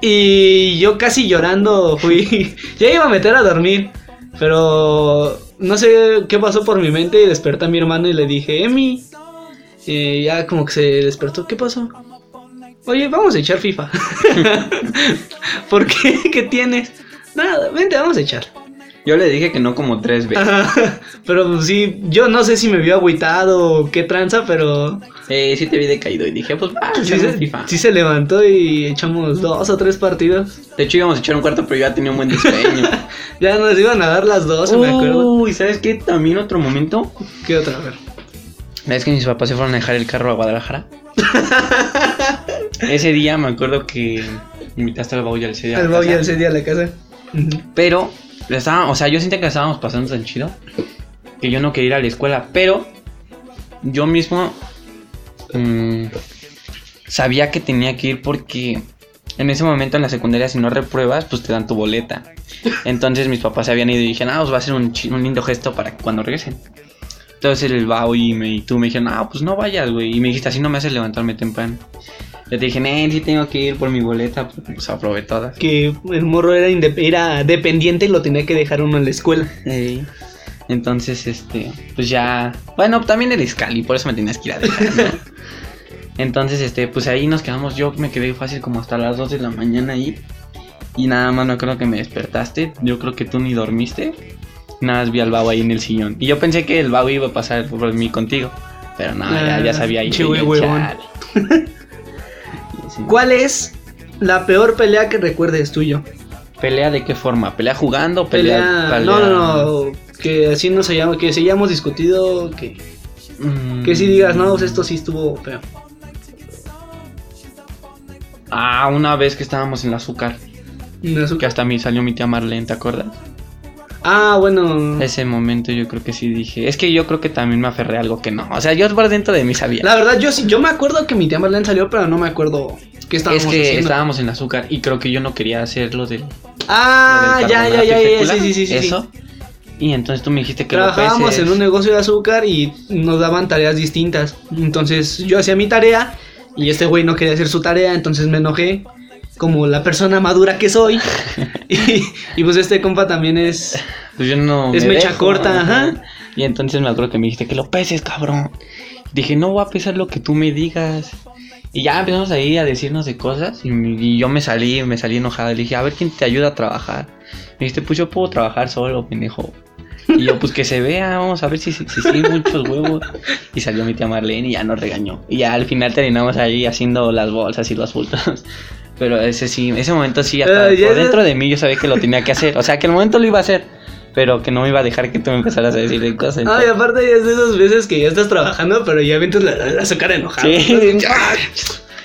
[SPEAKER 1] Y yo casi llorando fui. ya iba a meter a dormir. Pero no sé qué pasó por mi mente. Y desperté a mi hermano y le dije, Emi. Y ya como que se despertó. ¿Qué pasó? Oye, vamos a echar FIFA. ¿Por qué? ¿Qué tienes? Nada, vente, vamos a echar.
[SPEAKER 3] Yo le dije que no como tres veces.
[SPEAKER 1] Ajá, pero pues, sí, yo no sé si me vio agüitado o qué tranza, pero
[SPEAKER 3] Eh, sí te vi decaído y dije, pues va,
[SPEAKER 1] sí
[SPEAKER 3] echamos
[SPEAKER 1] se,
[SPEAKER 3] FIFA.
[SPEAKER 1] sí se levantó y echamos dos o tres partidos.
[SPEAKER 3] De hecho íbamos a echar un cuarto, pero yo ya tenía un buen desempeño.
[SPEAKER 1] Ya nos iban a dar las dos, me acuerdo.
[SPEAKER 3] Uy, ¿sabes qué? También otro momento.
[SPEAKER 1] ¿Qué otra? A ver.
[SPEAKER 3] La vez que mis papás se fueron a dejar el carro a Guadalajara. Ese día me acuerdo que invitaste al Bau y al Cedia. a la
[SPEAKER 1] Al Bau y
[SPEAKER 3] casa.
[SPEAKER 1] al Cedi a la casa. Ujú.
[SPEAKER 3] Pero, la estaba, o sea, yo sentía que la estábamos pasando tan chido que yo no quería ir a la escuela, pero yo mismo mm, sabía que tenía que ir porque en ese momento en la secundaria, si no repruebas, pues te dan tu boleta. Entonces mis papás se habían ido y dijeron, ah, os va a ser un, chi- un lindo gesto para que cuando regresen. Entonces el Bao y, me- y tú me dijeron, ah, pues no vayas, güey. Y me dijiste, así no me haces levantarme temprano. Yo te dije, eh, sí tengo que ir por mi boleta, pues aprobé todas.
[SPEAKER 1] Que el morro era, inde- era dependiente y lo tenía que dejar uno en la escuela.
[SPEAKER 3] Ey. Entonces, este, pues ya. Bueno, también eres Cali, por eso me tenías que ir a dejar. ¿no? Entonces, este, pues ahí nos quedamos. Yo me quedé fácil como hasta las 2 de la mañana ahí. Y nada más no creo que me despertaste. Yo creo que tú ni dormiste. Nada más vi al Babo ahí en el sillón. Y yo pensé que el Babo iba a pasar por mí contigo. Pero no, ya, ya sabía ahí.
[SPEAKER 1] Ah, che,
[SPEAKER 3] dije,
[SPEAKER 1] huevón.
[SPEAKER 3] "Chale". Sí.
[SPEAKER 1] ¿Cuál es la peor pelea que recuerdes tuyo?
[SPEAKER 3] ¿Pelea de qué forma? ¿Pelea jugando?
[SPEAKER 1] Pelea,
[SPEAKER 3] ¿Pelea?
[SPEAKER 1] no,
[SPEAKER 3] pelea-
[SPEAKER 1] no, no, que así nos hayamos, que si hayamos discutido, que,
[SPEAKER 3] Mm.
[SPEAKER 1] que si digas, no, pues, esto sí estuvo feo.
[SPEAKER 3] Ah, una vez que estábamos en el azúcar,
[SPEAKER 1] No, eso-
[SPEAKER 3] que hasta me salió mi tía Marlene, ¿te acuerdas?
[SPEAKER 1] Ah, bueno.
[SPEAKER 3] Ese momento yo creo que sí dije. Es que yo creo que también me aferré a algo que no. O sea, yo por dentro de mí sabía.
[SPEAKER 1] La verdad, yo sí, yo me acuerdo que mi tía Marlene salió, pero no me acuerdo qué estábamos
[SPEAKER 3] es que
[SPEAKER 1] haciendo.
[SPEAKER 3] estábamos en el azúcar y creo que yo no quería hacer lo del.
[SPEAKER 1] Ah,
[SPEAKER 3] lo
[SPEAKER 1] ya,
[SPEAKER 3] del
[SPEAKER 1] ya,
[SPEAKER 3] carbonato
[SPEAKER 1] ya,
[SPEAKER 3] y
[SPEAKER 1] ya,
[SPEAKER 3] fécula,
[SPEAKER 1] sí, sí, sí, sí. sí.
[SPEAKER 3] Eso. Y entonces tú me dijiste que lo
[SPEAKER 1] Trabajábamos
[SPEAKER 3] peses.
[SPEAKER 1] en un negocio de azúcar y nos daban tareas distintas. Entonces yo hacía mi tarea y este güey no quería hacer su tarea, entonces me enojé como la persona madura que soy. y, y pues este compa también es...
[SPEAKER 3] Pues yo no.
[SPEAKER 1] Es
[SPEAKER 3] me
[SPEAKER 1] mecha
[SPEAKER 3] dejo,
[SPEAKER 1] corta, ajá.
[SPEAKER 3] Y entonces me acuerdo que me dijiste que lo peses, cabrón. Dije, no voy a pesar lo que tú me digas. Y ya empezamos ahí a decirnos de cosas. Y, mi- y yo me salí, me salí enojada. Le dije, a ver quién te ayuda a trabajar. Me dijiste, pues yo puedo trabajar solo, pendejo. Y yo, pues que se vea, vamos a ver si, si, si sí, muchos huevos. Y salió mi tía Marlene y ya nos regañó. Y ya al final terminamos ahí haciendo las bolsas y los bultos. Pero ese sí, ese momento sí, hasta
[SPEAKER 1] Pero Ah, ya
[SPEAKER 3] por
[SPEAKER 1] era-
[SPEAKER 3] dentro de mí yo sabía que lo tenía que hacer. O sea, que el momento lo iba a hacer, pero que no me iba a dejar que tú me empezaras a decir de cosas.
[SPEAKER 1] Ah, y aparte ya es de esas veces que ya estás trabajando, pero ya vienes la, la, azúcar enojado.
[SPEAKER 3] Sí.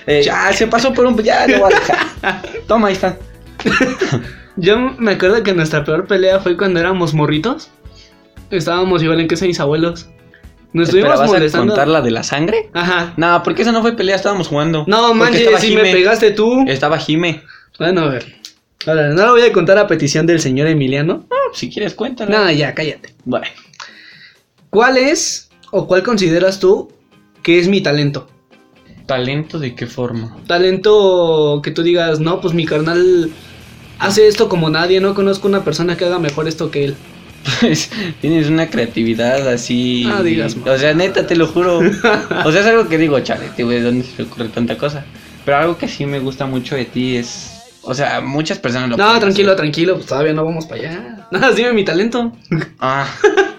[SPEAKER 3] Eh, ya, se pasó por un... Ya, lo voy a dejar. Toma, ahí está.
[SPEAKER 1] Yo me acuerdo que nuestra peor pelea fue cuando éramos morritos. Estábamos igual en casa de mis abuelos. Nos
[SPEAKER 3] Espera,
[SPEAKER 1] estuvimos
[SPEAKER 3] ¿vas
[SPEAKER 1] molestando.
[SPEAKER 3] a contar la de la sangre?
[SPEAKER 1] Ajá.
[SPEAKER 3] No, porque esa no fue pelea, estábamos jugando.
[SPEAKER 1] No,
[SPEAKER 3] Porque
[SPEAKER 1] manches,
[SPEAKER 3] estaba
[SPEAKER 1] si me
[SPEAKER 3] Jime.
[SPEAKER 1] pegaste tú.
[SPEAKER 3] Estaba Jime.
[SPEAKER 1] Bueno, a ver. Ahora, no lo voy a contar a petición del señor Emiliano.
[SPEAKER 3] Ah, si quieres, cuéntala.
[SPEAKER 1] No, ya, cállate.
[SPEAKER 3] Bueno.
[SPEAKER 1] ¿Cuál es o cuál consideras tú que es mi talento?
[SPEAKER 3] ¿Talento de qué forma?
[SPEAKER 1] Talento que tú digas, no, pues mi carnal hace esto como nadie, no conozco una persona que haga mejor esto que él.
[SPEAKER 3] Pues tienes una creatividad así.
[SPEAKER 1] No digas más.
[SPEAKER 3] O sea, neta, te lo juro. O sea, es algo que digo, chale, tío, ¿de dónde se te ocurre tanta cosa? Pero algo que sí me gusta mucho de ti es. O sea, muchas personas lo
[SPEAKER 1] No,
[SPEAKER 3] pueden
[SPEAKER 1] tranquilo,
[SPEAKER 3] hacer.
[SPEAKER 1] tranquilo, pues todavía no vamos para allá. Nada, más dime mi talento.
[SPEAKER 3] Ah.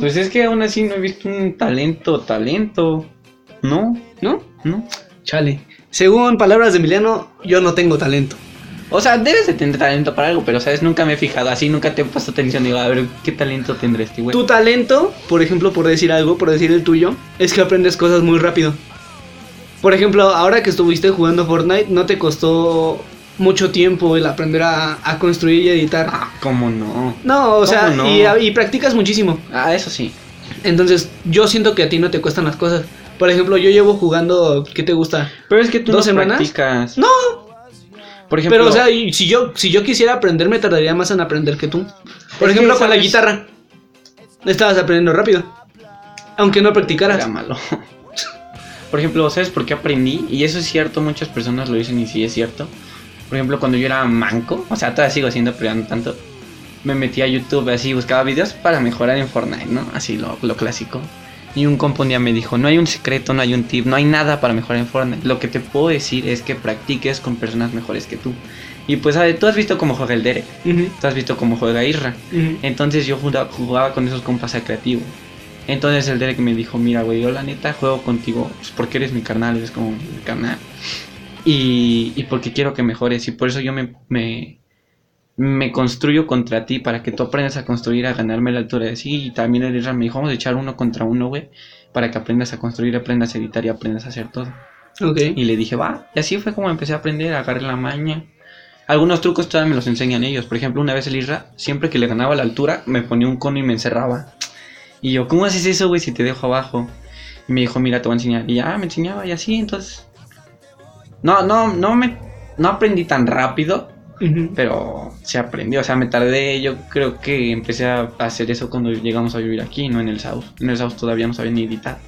[SPEAKER 3] Pues es que aún así no he visto un talento, talento. No,
[SPEAKER 1] ¿No?
[SPEAKER 3] no.
[SPEAKER 1] Chale. Según palabras de Emiliano, yo no tengo talento.
[SPEAKER 3] O sea, debes de tener talento para algo, pero sabes, nunca me he fijado así, nunca te he puesto atención. Digo, a ver, ¿qué talento tendrá este güey?
[SPEAKER 1] Tu talento, por ejemplo, por decir algo, por decir el tuyo, es que aprendes cosas muy rápido. Por ejemplo, ahora que estuviste jugando Fortnite, no te costó mucho tiempo el aprender a, a construir y editar.
[SPEAKER 3] Ah, ¿cómo no?
[SPEAKER 1] No, o sea,
[SPEAKER 3] ¿Cómo no?
[SPEAKER 1] y, a- y practicas muchísimo.
[SPEAKER 3] Ah, eso sí.
[SPEAKER 1] Entonces, yo siento que a ti no te cuestan las cosas. Por ejemplo, yo llevo jugando, ¿qué te gusta?
[SPEAKER 3] Pero es que tú
[SPEAKER 1] ¿Dos
[SPEAKER 3] no
[SPEAKER 1] semanas?
[SPEAKER 3] practicas.
[SPEAKER 1] No,
[SPEAKER 3] Por ejemplo,
[SPEAKER 1] pero o sea, y si yo, si yo quisiera aprender, me tardaría más en aprender que tú. Por
[SPEAKER 3] Es que,
[SPEAKER 1] ejemplo, con la
[SPEAKER 3] ¿sabes?
[SPEAKER 1] guitarra. Estabas aprendiendo rápido. Aunque no
[SPEAKER 3] era
[SPEAKER 1] practicaras.
[SPEAKER 3] malo. Por ejemplo, ¿sabes por qué aprendí? Y eso es cierto, muchas personas lo dicen y sí es cierto. por ejemplo, cuando yo era manco, o sea, todavía sigo siendo, pero ya no tanto, me metía a YouTube así, buscaba videos para mejorar en Fortnite, ¿no? Así lo, lo clásico. Y un compa un día me dijo, no hay un secreto, no hay un tip, no hay nada para mejorar en Fortnite. Lo que te puedo decir es que practiques con personas mejores que tú. Y pues, ¿sabes? tú has visto cómo juega el Derek,
[SPEAKER 1] Ujú,
[SPEAKER 3] tú has visto cómo juega Irra.
[SPEAKER 1] ujú.
[SPEAKER 3] Entonces yo jugaba, jugaba con esos compas a creativo. Entonces el Derek me dijo, mira, güey, yo la neta juego contigo pues, porque eres mi carnal, eres como mi carnal. Y, y porque quiero que mejores. Y por eso yo me, me, me construyo contra ti para que tú aprendas a construir, a ganarme la altura de sí. Y también el Irra me dijo, vamos a echar uno contra uno, güey, para que aprendas a construir, aprendas a editar y aprendas a hacer todo.
[SPEAKER 1] Ok.
[SPEAKER 3] Y le dije, va. Y así fue como empecé a aprender, agarré la maña. Algunos trucos todavía me los enseñan ellos. Por ejemplo, una vez el Isra, siempre que le ganaba la altura, me ponía un cono y me encerraba. Y yo, ¿cómo haces eso, güey, si te dejo abajo? Y me dijo, mira, te voy a enseñar. Y ya "Ah, me enseñaba y así, entonces. No, no, no me. No aprendí tan rápido,
[SPEAKER 1] Ujú.
[SPEAKER 3] pero se aprendió. O sea, me tardé. Yo creo que empecé a hacer eso cuando llegamos a vivir aquí, no en el South. En el South todavía no sabía ni editar.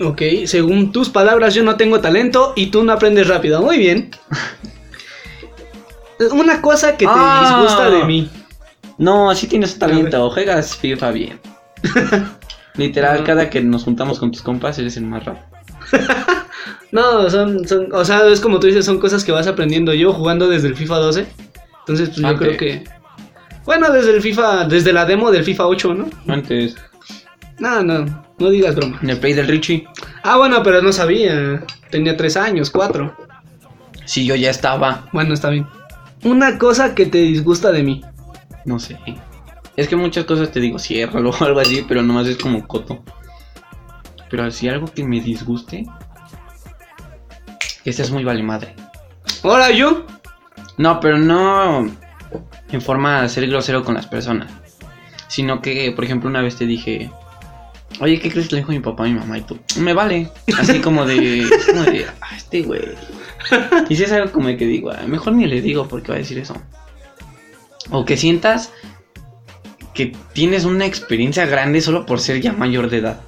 [SPEAKER 1] Ok, según tus palabras, yo no tengo talento y tú no aprendes rápido. Muy bien. Una cosa que te
[SPEAKER 3] Ah.
[SPEAKER 1] disgusta de mí.
[SPEAKER 3] No, sí tienes talento, juegas FIFA bien. Literal,
[SPEAKER 1] Ajá.
[SPEAKER 3] cada que nos juntamos con tus compas eres el más rápido.
[SPEAKER 1] No, son, son- o sea, es como tú dices, son cosas que vas aprendiendo yo jugando desde el FIFA 12. Entonces, pues yo
[SPEAKER 3] Antes.
[SPEAKER 1] creo que... Bueno, desde el FIFA, desde la demo del FIFA 8, ¿no?
[SPEAKER 3] Antes,
[SPEAKER 1] No, no, no digas broma.
[SPEAKER 3] en el play del Richie,
[SPEAKER 1] Ah, bueno, pero no sabía. Tenía tres años, cuatro.
[SPEAKER 3] sí, yo ya estaba,
[SPEAKER 1] Bueno, está bien. Una cosa que te disgusta de mí.
[SPEAKER 3] no sé. Es que muchas cosas te digo, ciérralo o algo así, pero nomás es como coto. Pero así algo que me disguste. Este es muy vale madre.
[SPEAKER 1] Ahora yo.
[SPEAKER 3] No, pero no en forma de ser grosero con las personas. Sino que, por ejemplo, una vez te dije, oye, ¿qué crees que le dijo mi papá a mi mamá? Y tú, me vale. Así como de, es como de, "Ah, este güey. Y si es algo como de que digo, "Ah, mejor ni le digo porque va a decir eso. O que sientas que tienes una experiencia grande solo por ser ya mayor de edad.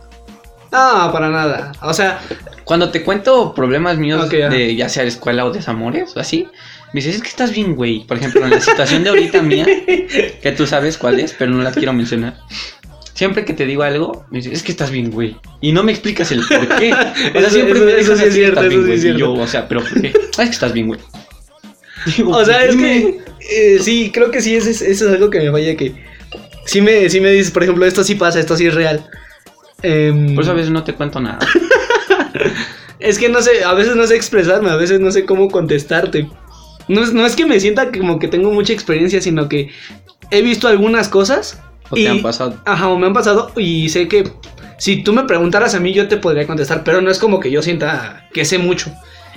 [SPEAKER 1] Ah, para nada. O sea,
[SPEAKER 3] Cuando te cuento problemas míos
[SPEAKER 1] Ok, ya.
[SPEAKER 3] de ya sea de escuela o desamores o así, me dices, es que estás bien, güey. Por ejemplo, en la situación de ahorita mía, que tú sabes cuál es, pero no la quiero mencionar. Siempre que te digo algo, me dices, es que estás bien, güey. Y no me explicas el por qué. O sea,
[SPEAKER 1] Eso-
[SPEAKER 3] siempre
[SPEAKER 1] eso-
[SPEAKER 3] me
[SPEAKER 1] eso
[SPEAKER 3] dices,
[SPEAKER 1] sí es
[SPEAKER 3] "Estás
[SPEAKER 1] cierto,
[SPEAKER 3] bien,
[SPEAKER 1] eso sí
[SPEAKER 3] güey".
[SPEAKER 1] es
[SPEAKER 3] Y yo, o sea, pero ¿por qué? "Ah, Es que estás bien, güey. Digo,
[SPEAKER 1] O sea,
[SPEAKER 3] "Pues
[SPEAKER 1] es
[SPEAKER 3] dime".
[SPEAKER 1] que eh, sí, creo que sí, eso es, eso es algo que me falla que sí me, sí me dices, por ejemplo, esto sí pasa, esto sí es real. Em,
[SPEAKER 3] Por eso Pues a veces no te cuento nada.
[SPEAKER 1] Es que no sé, a veces no sé expresarme, a veces no sé cómo contestarte. No es, no es que me sienta que como que tengo mucha experiencia, sino que he visto algunas cosas.
[SPEAKER 3] O te han pasado.
[SPEAKER 1] Ajá, o me han pasado y sé que si tú me preguntaras a mí yo te podría contestar, pero no es como que yo sienta que sé mucho.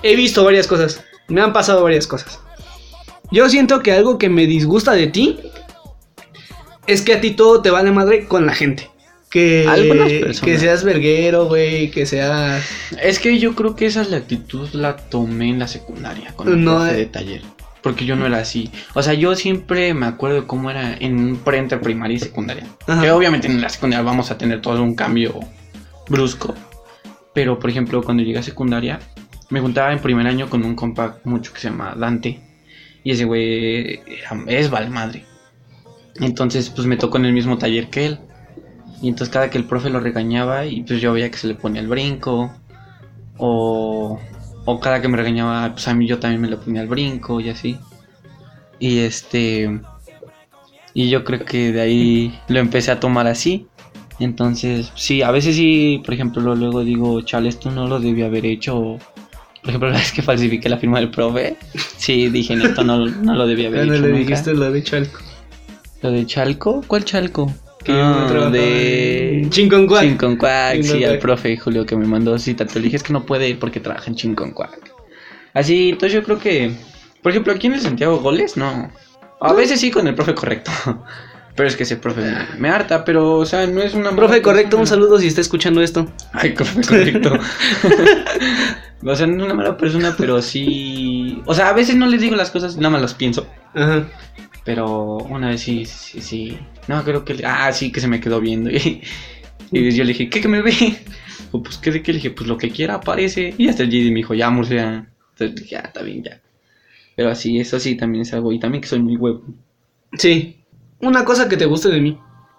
[SPEAKER 1] He visto varias cosas, me han pasado varias cosas. Yo siento que algo que me disgusta de ti es que a ti todo te vale madre con la gente. Que,
[SPEAKER 3] Algunas personas.
[SPEAKER 1] que seas verguero, güey, que seas...
[SPEAKER 3] Es que yo creo que esa es la actitud la tomé en la secundaria con el
[SPEAKER 1] No,
[SPEAKER 3] profe
[SPEAKER 1] eh.
[SPEAKER 3] de taller. Porque yo no era así. O sea, yo siempre me acuerdo de cómo era en pre entre primaria y secundaria.
[SPEAKER 1] Ajá.
[SPEAKER 3] Que obviamente en la secundaria vamos a tener todo un cambio brusco. Pero, por ejemplo, cuando llegué a secundaria, me juntaba en primer año con un compa mucho que se llama Dante. Y ese güey era- es vale madre. Entonces, pues me tocó en el mismo taller que él. Y entonces cada que el profe lo regañaba y pues yo veía que se le ponía el brinco. O, o cada que me regañaba, pues a mí yo también me le ponía el brinco y así. Y este... Y yo creo que de ahí lo empecé a tomar así. Entonces, sí, a veces sí, por ejemplo, luego digo, chale, esto no lo debí haber hecho. o, Por ejemplo, la vez que falsifiqué la firma del profe, sí, dije, "No, esto no, no lo debí haber
[SPEAKER 1] Ya Ah, no
[SPEAKER 3] hecho.
[SPEAKER 1] le
[SPEAKER 3] nunca".
[SPEAKER 1] dijiste lo de Chalco.
[SPEAKER 3] ¿Lo de Chalco? ¿Cuál Chalco?
[SPEAKER 1] Que
[SPEAKER 3] Ah,
[SPEAKER 1] no trabajaba
[SPEAKER 3] de...
[SPEAKER 1] en Chinconcuac.
[SPEAKER 3] Chinconcuac, sí,
[SPEAKER 1] Chinconcuac.
[SPEAKER 3] al profe Julio que me mandó cita. Te dije es que no puede ir porque trabaja en Chinconcuac. Así, entonces yo creo que... Por ejemplo, aquí en el Santiago Goles, no. A veces sí con el profe correcto. Pero es que ese profe me, me harta, pero, o sea, no es una... mala
[SPEAKER 1] Profe, correcto, un
[SPEAKER 3] persona.
[SPEAKER 1] saludo si está escuchando esto.
[SPEAKER 3] Ay, profe, correcto. o sea, no es una mala persona, pero sí... O sea, a veces no les digo las cosas, nada más las pienso.
[SPEAKER 1] Ajá.
[SPEAKER 3] Pero una vez sí, sí, sí. No, creo que. Ah, sí, que se me quedó viendo. Y, y yo le dije, ¿qué que me ve? O, pues, ¿qué de qué? Le dije, pues lo que quiera aparece. Y hasta el JD me dijo, ya, Murcia. Entonces dije, ya, está "Ah, bien, ya. Pero así, eso sí también es algo. Y también que soy muy huevo.
[SPEAKER 1] Sí. Una cosa que te guste de mí.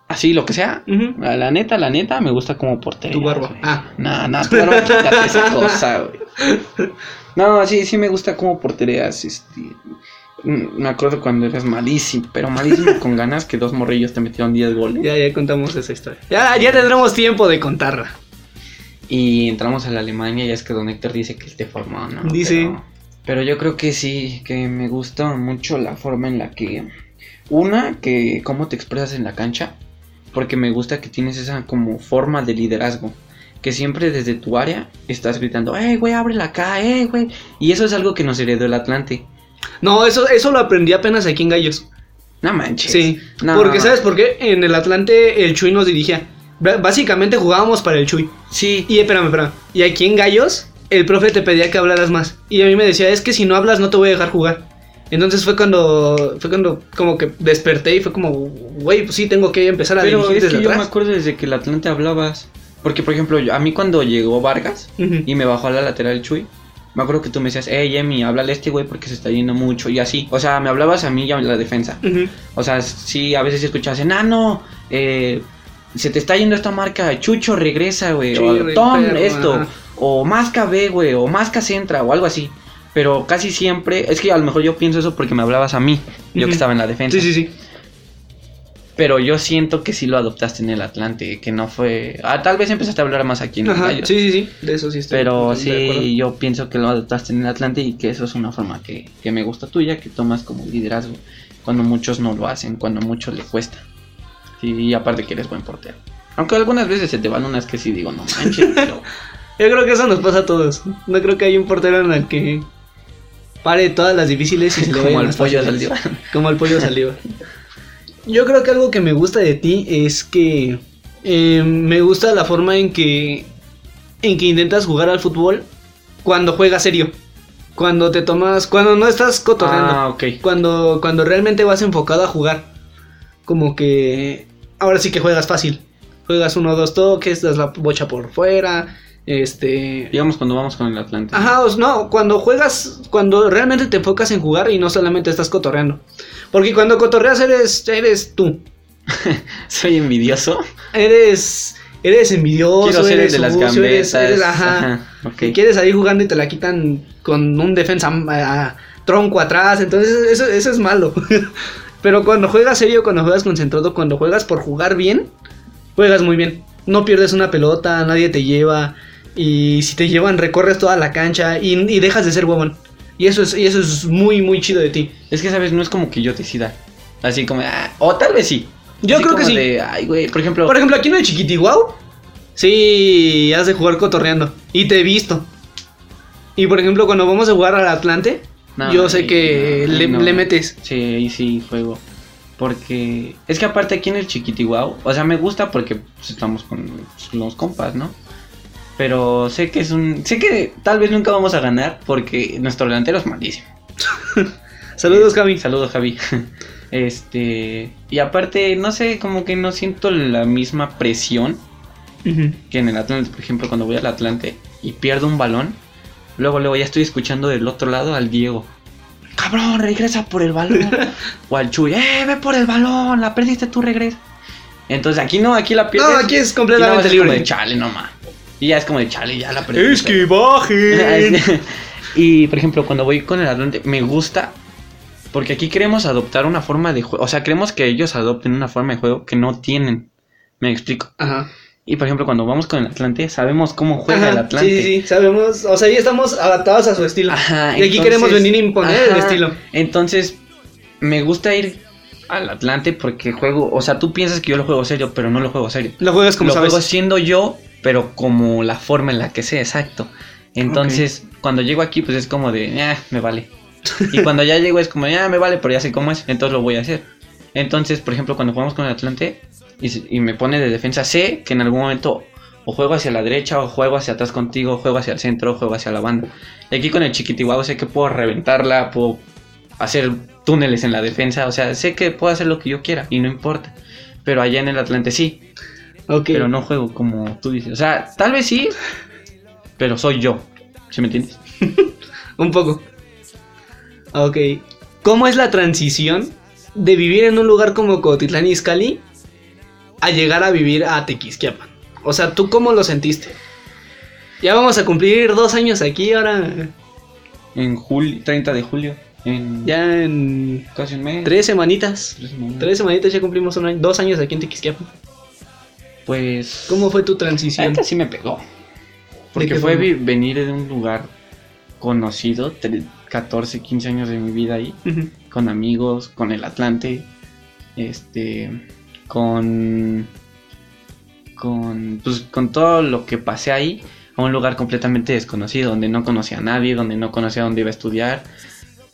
[SPEAKER 3] Así, lo que sea.
[SPEAKER 1] Ujú.
[SPEAKER 3] La, la neta, la neta, me gusta como portero.
[SPEAKER 1] Tu barba. Ah.
[SPEAKER 3] No, no, tu barba, quítate esa cosa, güey. No, sí, sí me gusta como porterías. Este, mm, me acuerdo cuando eras malísimo, pero malísimo con ganas que dos morrillos te metieron 10 goles.
[SPEAKER 1] Ya, ya contamos esa historia. Ya, ya tendremos tiempo de contarla.
[SPEAKER 3] Y entramos a la Alemania y es que Don Héctor dice que él te formó, ¿no?
[SPEAKER 1] Dice.
[SPEAKER 3] Pero, pero yo creo que sí, que me gusta mucho la forma en la que... Una, que cómo te expresas en la cancha, porque me gusta que tienes esa como forma de liderazgo. Que siempre desde tu área estás gritando, ¡Ey, güey, ábrela acá! ¡Ey, güey! Y eso es algo que nos heredó el Atlante.
[SPEAKER 1] No, eso, eso lo aprendí apenas aquí en Gallos.
[SPEAKER 3] No manches.
[SPEAKER 1] Sí.
[SPEAKER 3] No,
[SPEAKER 1] porque,
[SPEAKER 3] no, no.
[SPEAKER 1] ¿sabes por qué? En el Atlante el Chuy nos dirigía. B- básicamente jugábamos para el Chuy.
[SPEAKER 3] Sí.
[SPEAKER 1] Y espérame, espérame. Y aquí en Gallos, el profe te pedía que hablaras más. Y a mí me decía, es que si no hablas no te voy a dejar jugar. Entonces fue cuando, fue cuando como que desperté y fue como, güey, pues sí, tengo que empezar a
[SPEAKER 3] pero
[SPEAKER 1] dirigir
[SPEAKER 3] es
[SPEAKER 1] desde
[SPEAKER 3] que yo me
[SPEAKER 1] atrás".
[SPEAKER 3] acuerdo desde que el Atlante hablabas. Porque, por ejemplo, yo- a mí cuando llegó Vargas,
[SPEAKER 1] Ujú.
[SPEAKER 3] y me bajó a la lateral Chuy. Me acuerdo que tú me decías, hey Emi, háblale a este güey porque se está yendo mucho y así. O sea, me hablabas a mí y a la defensa.
[SPEAKER 1] Ujú.
[SPEAKER 3] O sea, sí, a veces escuchabas, enano, eh, se te está yendo esta marca, Chucho, regresa, güey.
[SPEAKER 1] Sí,
[SPEAKER 3] O
[SPEAKER 1] güey,
[SPEAKER 3] Tom,
[SPEAKER 1] perro,
[SPEAKER 3] esto.
[SPEAKER 1] ajá.
[SPEAKER 3] O Masca B, güey. O Masca Centra, o algo así. Pero casi siempre, es que a lo mejor yo pienso eso porque me hablabas a mí, yo
[SPEAKER 1] Ujú.
[SPEAKER 3] que estaba en la defensa.
[SPEAKER 1] Sí, sí, sí.
[SPEAKER 3] Pero yo siento que sí lo adoptaste en el Atlante, que no fue... Ah, tal vez empezaste a hablar más aquí en el
[SPEAKER 1] Ajá,
[SPEAKER 3] Gallos.
[SPEAKER 1] sí, sí, sí. De eso sí estoy.
[SPEAKER 3] Pero
[SPEAKER 1] estoy de acuerdo.
[SPEAKER 3] sí, yo pienso que lo adoptaste en el Atlante y que eso es una forma que, que me gusta tuya, que tomas como liderazgo cuando muchos no lo hacen, cuando muchos le cuesta. Sí, y aparte que eres buen portero. Aunque algunas veces se te van unas que sí digo, no manches, pero
[SPEAKER 1] Yo creo que eso nos pasa a todos. No creo que haya un portero en el que pare todas las difíciles y se le
[SPEAKER 3] como
[SPEAKER 1] vayan
[SPEAKER 3] el
[SPEAKER 1] las
[SPEAKER 3] pollo
[SPEAKER 1] fáciles.
[SPEAKER 3] salió.
[SPEAKER 1] Como el pollo saliva. Yo creo que algo que me gusta de ti es que eh, me gusta la forma en que en que intentas jugar al fútbol cuando juegas serio, cuando te tomas, cuando no estás cotorreando
[SPEAKER 3] Ah, ok.
[SPEAKER 1] cuando, cuando realmente vas enfocado a jugar. Como que ahora sí que juegas fácil. Juegas uno o dos toques, das la bocha por fuera. Este.
[SPEAKER 3] Digamos cuando vamos con el Atlante.
[SPEAKER 1] Ajá, os- no, cuando juegas, cuando realmente te enfocas en jugar y no solamente estás cotorreando. Porque cuando cotorreas eres, eres tú.
[SPEAKER 3] Soy envidioso.
[SPEAKER 1] Eres. Eres envidioso.
[SPEAKER 3] Quiero ser el
[SPEAKER 1] eres
[SPEAKER 3] de las
[SPEAKER 1] sucio, eres-
[SPEAKER 3] gambetas.
[SPEAKER 1] eres- ajá.
[SPEAKER 3] ok.
[SPEAKER 1] Que quieres salir jugando y te la quitan con un defensa eh, a- a tronco atrás. Entonces, eso, eso es malo. Pero cuando juegas serio, cuando juegas concentrado, cuando juegas por jugar bien, juegas muy bien. No pierdes una pelota, nadie te lleva. Y si te llevan, recorres toda la cancha y, y dejas de ser huevón. Y eso es, y eso es muy, muy chido de ti.
[SPEAKER 3] Es que, ¿sabes? No es como que yo decida. Así como, ah, o tal vez sí.
[SPEAKER 1] Yo
[SPEAKER 3] Así
[SPEAKER 1] creo que
[SPEAKER 3] como
[SPEAKER 1] sí.
[SPEAKER 3] de, ay, güey, por ejemplo...
[SPEAKER 1] Por ejemplo, aquí en el Chiquitiguau, sí, has de jugar cotorreando. Y te he visto. Y por ejemplo, cuando vamos a jugar al Atlante,
[SPEAKER 3] No,
[SPEAKER 1] yo sé
[SPEAKER 3] ahí
[SPEAKER 1] que
[SPEAKER 3] no, ahí
[SPEAKER 1] le,
[SPEAKER 3] no.
[SPEAKER 1] le metes.
[SPEAKER 3] Sí, ahí sí juego. Porque es que aparte aquí en el Chiquitiguao, o sea, me gusta porque pues, estamos con pues, los compas, ¿no? Pero sé que es un. Sé que tal vez nunca vamos a ganar porque nuestro delantero es malísimo.
[SPEAKER 1] Saludos, Javi.
[SPEAKER 3] Saludos, Javi. Este. Y aparte, no sé, como que no siento la misma presión
[SPEAKER 1] Ujú.
[SPEAKER 3] que en el Atlante, por ejemplo, cuando voy al Atlante y pierdo un balón, luego, luego ya estoy escuchando del otro lado al Diego. Cabrón, regresa por el balón. o al Chuy, eh, ve por el balón, la perdiste tú, regresa. Entonces aquí no, aquí la pierdes.
[SPEAKER 1] No, aquí es
[SPEAKER 3] y nada más
[SPEAKER 1] completamente
[SPEAKER 3] es como de
[SPEAKER 1] libre.
[SPEAKER 3] chale, no ma. Y ya es como de chale, ya la perdiste. Ah,
[SPEAKER 1] baje.
[SPEAKER 3] y por ejemplo, cuando voy con el Atlante, me gusta. Porque aquí queremos adoptar una forma de juego. O sea, queremos que ellos adopten una forma de juego que no tienen. Me explico.
[SPEAKER 1] Ajá.
[SPEAKER 3] Y por ejemplo, cuando vamos con el Atlante, sabemos cómo juega
[SPEAKER 1] Ajá,
[SPEAKER 3] el
[SPEAKER 1] Sí,
[SPEAKER 3] Atlante.
[SPEAKER 1] sí, sí, sabemos. O sea, ya estamos adaptados a su estilo.
[SPEAKER 3] Ajá,
[SPEAKER 1] y aquí
[SPEAKER 3] entonces-
[SPEAKER 1] queremos venir a imponer el
[SPEAKER 3] ajá,
[SPEAKER 1] estilo.
[SPEAKER 3] Entonces, me gusta ir al Atlante porque juego. O sea, tú piensas que yo lo juego serio, pero no lo juego serio.
[SPEAKER 1] Lo juegas como
[SPEAKER 3] lo
[SPEAKER 1] sabes.
[SPEAKER 3] juego siendo yo, pero como la forma en la que sea, exacto. Entonces, cuando llego aquí, pues es como de, ah, me vale. Y cuando ya llego es como, ah, me vale, pero ya sé cómo es, entonces lo voy a hacer. Entonces, por ejemplo, cuando jugamos con el Atlante y, se- y me pone de defensa, sé que en algún momento o juego hacia la derecha, o juego hacia atrás contigo, o juego hacia el centro, o juego hacia la banda. Y aquí con el Chiquitiguao sé que puedo reventarla, puedo hacer túneles en la defensa, o sea, sé que puedo hacer lo que yo quiera y no importa. Pero allá en el Atlante sí,
[SPEAKER 1] Ok.
[SPEAKER 3] pero no juego como tú dices. O sea, tal vez sí, pero soy yo. ¿Sí me entiendes?
[SPEAKER 1] Un poco. Ok. ¿Cómo es la transición de vivir en un lugar como Cotitlán y Izcalli a llegar a vivir a Tequisquiapan? O sea, ¿tú cómo lo sentiste? Ya vamos a cumplir dos años aquí ahora.
[SPEAKER 3] En julio, 30 de julio. En
[SPEAKER 1] Ya en
[SPEAKER 3] casi un mes.
[SPEAKER 1] tres semanitas.
[SPEAKER 3] tres semanas.
[SPEAKER 1] Tres semanitas ya cumplimos un año- dos años aquí en Tequisquiapan.
[SPEAKER 3] Pues.
[SPEAKER 1] ¿Cómo fue tu
[SPEAKER 3] La
[SPEAKER 1] transición?
[SPEAKER 3] neta sí me pegó. Porque
[SPEAKER 1] qué
[SPEAKER 3] fue
[SPEAKER 1] forma?
[SPEAKER 3] vi- venir de un lugar conocido, tre- 14, 15 años de mi vida ahí,
[SPEAKER 1] Ujú.
[SPEAKER 3] con amigos, con el Atlante, este, con, con, pues, con todo lo que pasé ahí, a un lugar completamente desconocido, donde no conocía a nadie, donde no conocía dónde iba a estudiar,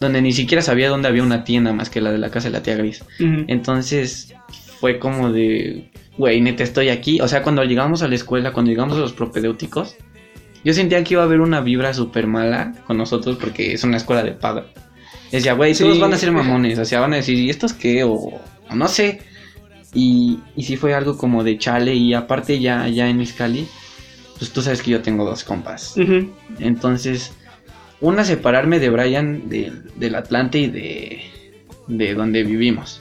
[SPEAKER 3] donde ni siquiera sabía dónde había una tienda más que la de la casa de la tía Gris.
[SPEAKER 1] Ujú.
[SPEAKER 3] Entonces fue como de, güey, neta, estoy aquí. O sea, cuando llegamos a la escuela, cuando llegamos a los propedéuticos, yo sentía que iba a haber una vibra súper mala con nosotros porque es una escuela de paga. Decía, güey,
[SPEAKER 1] Sí.
[SPEAKER 3] todos van a ser mamones. O sea, van a decir, ¿y estos qué? O, o no sé. Y, y sí fue algo como de chale. Y aparte, ya, ya en Iscali, pues tú sabes que yo tengo dos compas.
[SPEAKER 1] Ujú.
[SPEAKER 3] Entonces, una separarme de Brian de- del Atlante y de, de donde vivimos.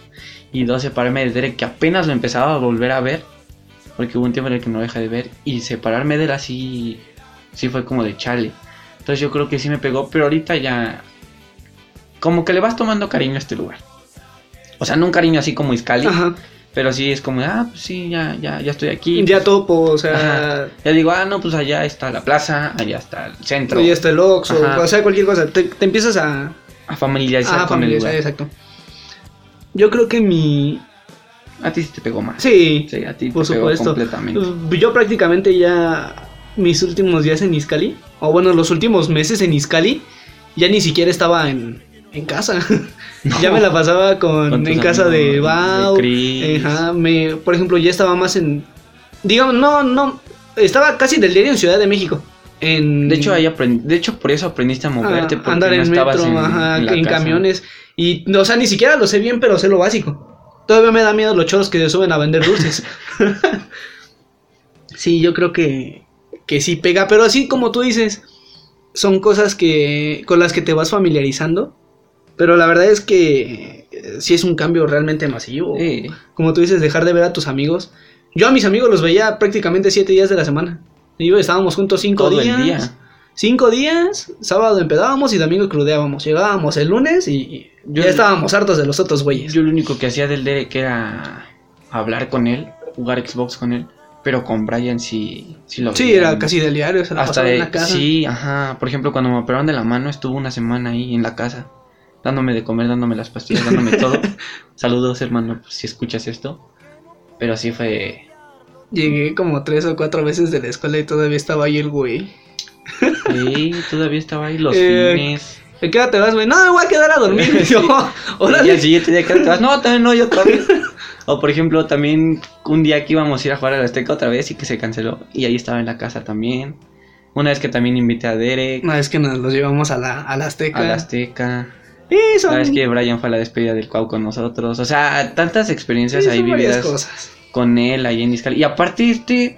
[SPEAKER 3] Y dos, separarme de Derek, que apenas lo empezaba a volver a ver. Porque hubo un tiempo en el que no deja de ver. Y separarme de él así, sí fue como de chale. Entonces yo creo que sí me pegó, pero ahorita ya... Como que le vas tomando cariño a este lugar. O sea, no un cariño así como Iscali,
[SPEAKER 1] Ajá.
[SPEAKER 3] pero sí es como, ah, pues sí, ya, ya, ya estoy aquí.
[SPEAKER 1] Ya topo, o sea,
[SPEAKER 3] Ajá. Ya digo, ah, no, pues allá está la plaza, allá está el centro.
[SPEAKER 1] ahí está el Oxxo,
[SPEAKER 3] Ajá.
[SPEAKER 1] o sea, cualquier cosa. Te, te empiezas a,
[SPEAKER 3] a familiarizar
[SPEAKER 1] a
[SPEAKER 3] con el
[SPEAKER 1] Ah, familiarizar,
[SPEAKER 3] lugar.
[SPEAKER 1] exacto. Yo creo que mi...
[SPEAKER 3] A ti sí te pegó más.
[SPEAKER 1] Sí,
[SPEAKER 3] Sí, a ti
[SPEAKER 1] por
[SPEAKER 3] te pegó
[SPEAKER 1] supuesto. Pues, Uh,
[SPEAKER 3] completamente.
[SPEAKER 1] Yo prácticamente ya mis últimos días en Izcali, o bueno, los últimos meses en Izcali, ya ni siquiera estaba en, en casa. ya me la pasaba con,
[SPEAKER 3] Con tus
[SPEAKER 1] en casa de
[SPEAKER 3] amigos,
[SPEAKER 1] Bau.
[SPEAKER 3] de Chris.
[SPEAKER 1] ajá, me, por ejemplo, ya estaba más en... Digamos, no, no, estaba casi del diario en Ciudad de México. En,
[SPEAKER 3] De hecho, ahí aprend- de hecho, por eso aprendiste a moverte.
[SPEAKER 1] Ah,
[SPEAKER 3] Porque
[SPEAKER 1] mm, andar
[SPEAKER 3] no
[SPEAKER 1] en
[SPEAKER 3] estabas
[SPEAKER 1] metro, ajá,
[SPEAKER 3] la
[SPEAKER 1] en
[SPEAKER 3] casa.
[SPEAKER 1] camiones. Y, no, o sea, ni siquiera lo sé bien, pero sé lo básico. Todavía me da miedo los choros que se suben a vender dulces. sí, yo creo que, que sí pega, pero así como tú dices, son cosas que con las que te vas familiarizando. Pero la verdad es que eh, sí es un cambio realmente masivo.
[SPEAKER 3] Sí.
[SPEAKER 1] Como tú dices, dejar de ver a tus amigos. Yo a mis amigos los veía prácticamente siete días de la semana. Y yo estábamos juntos cinco
[SPEAKER 3] Todo
[SPEAKER 1] días.
[SPEAKER 3] el día.
[SPEAKER 1] Cinco días, sábado empedábamos y domingo crudeábamos. Llegábamos el lunes y- y
[SPEAKER 3] Yo-
[SPEAKER 1] ya estábamos hartos de los otros güeyes.
[SPEAKER 3] Yo lo único que hacía del Derek era hablar con él, jugar Xbox con él. Pero con Brian sí, sí lo
[SPEAKER 1] Sí,
[SPEAKER 3] veía.
[SPEAKER 1] era casi del diario, se la
[SPEAKER 3] Hasta
[SPEAKER 1] pasaba en
[SPEAKER 3] de,
[SPEAKER 1] la casa.
[SPEAKER 3] sí, ajá. Por ejemplo, cuando me operaron de la mano, estuvo una semana ahí en la casa, dándome de comer, dándome las pastillas, dándome todo. Saludos, hermano, si escuchas esto. Pero sí fue.
[SPEAKER 1] Llegué como tres o cuatro veces de la escuela y todavía estaba ahí el güey.
[SPEAKER 3] Sí, todavía estaba ahí los
[SPEAKER 1] Eh,
[SPEAKER 3] fines.
[SPEAKER 1] ¿A qué hora te vas, güey? No, me voy a quedar a dormir. Y yo,
[SPEAKER 3] Y al
[SPEAKER 1] órale.
[SPEAKER 3] siguiente día que te vas, no, también no, yo otra vez. O por ejemplo, también un día que íbamos a ir a jugar a la Azteca otra vez y que se canceló. Y ahí estaba en la casa también. Una vez que también invité a Derek,
[SPEAKER 1] No, es que nos los llevamos a la, a la Azteca.
[SPEAKER 3] a la Azteca.
[SPEAKER 1] Sí, son,
[SPEAKER 3] La vez que Brian fue a la despedida del Cuau con nosotros. O sea, tantas
[SPEAKER 1] sí,
[SPEAKER 3] experiencias ahí
[SPEAKER 1] son varias
[SPEAKER 3] vividas
[SPEAKER 1] cosas.
[SPEAKER 3] con él ahí en Iscali. Y aparte, este.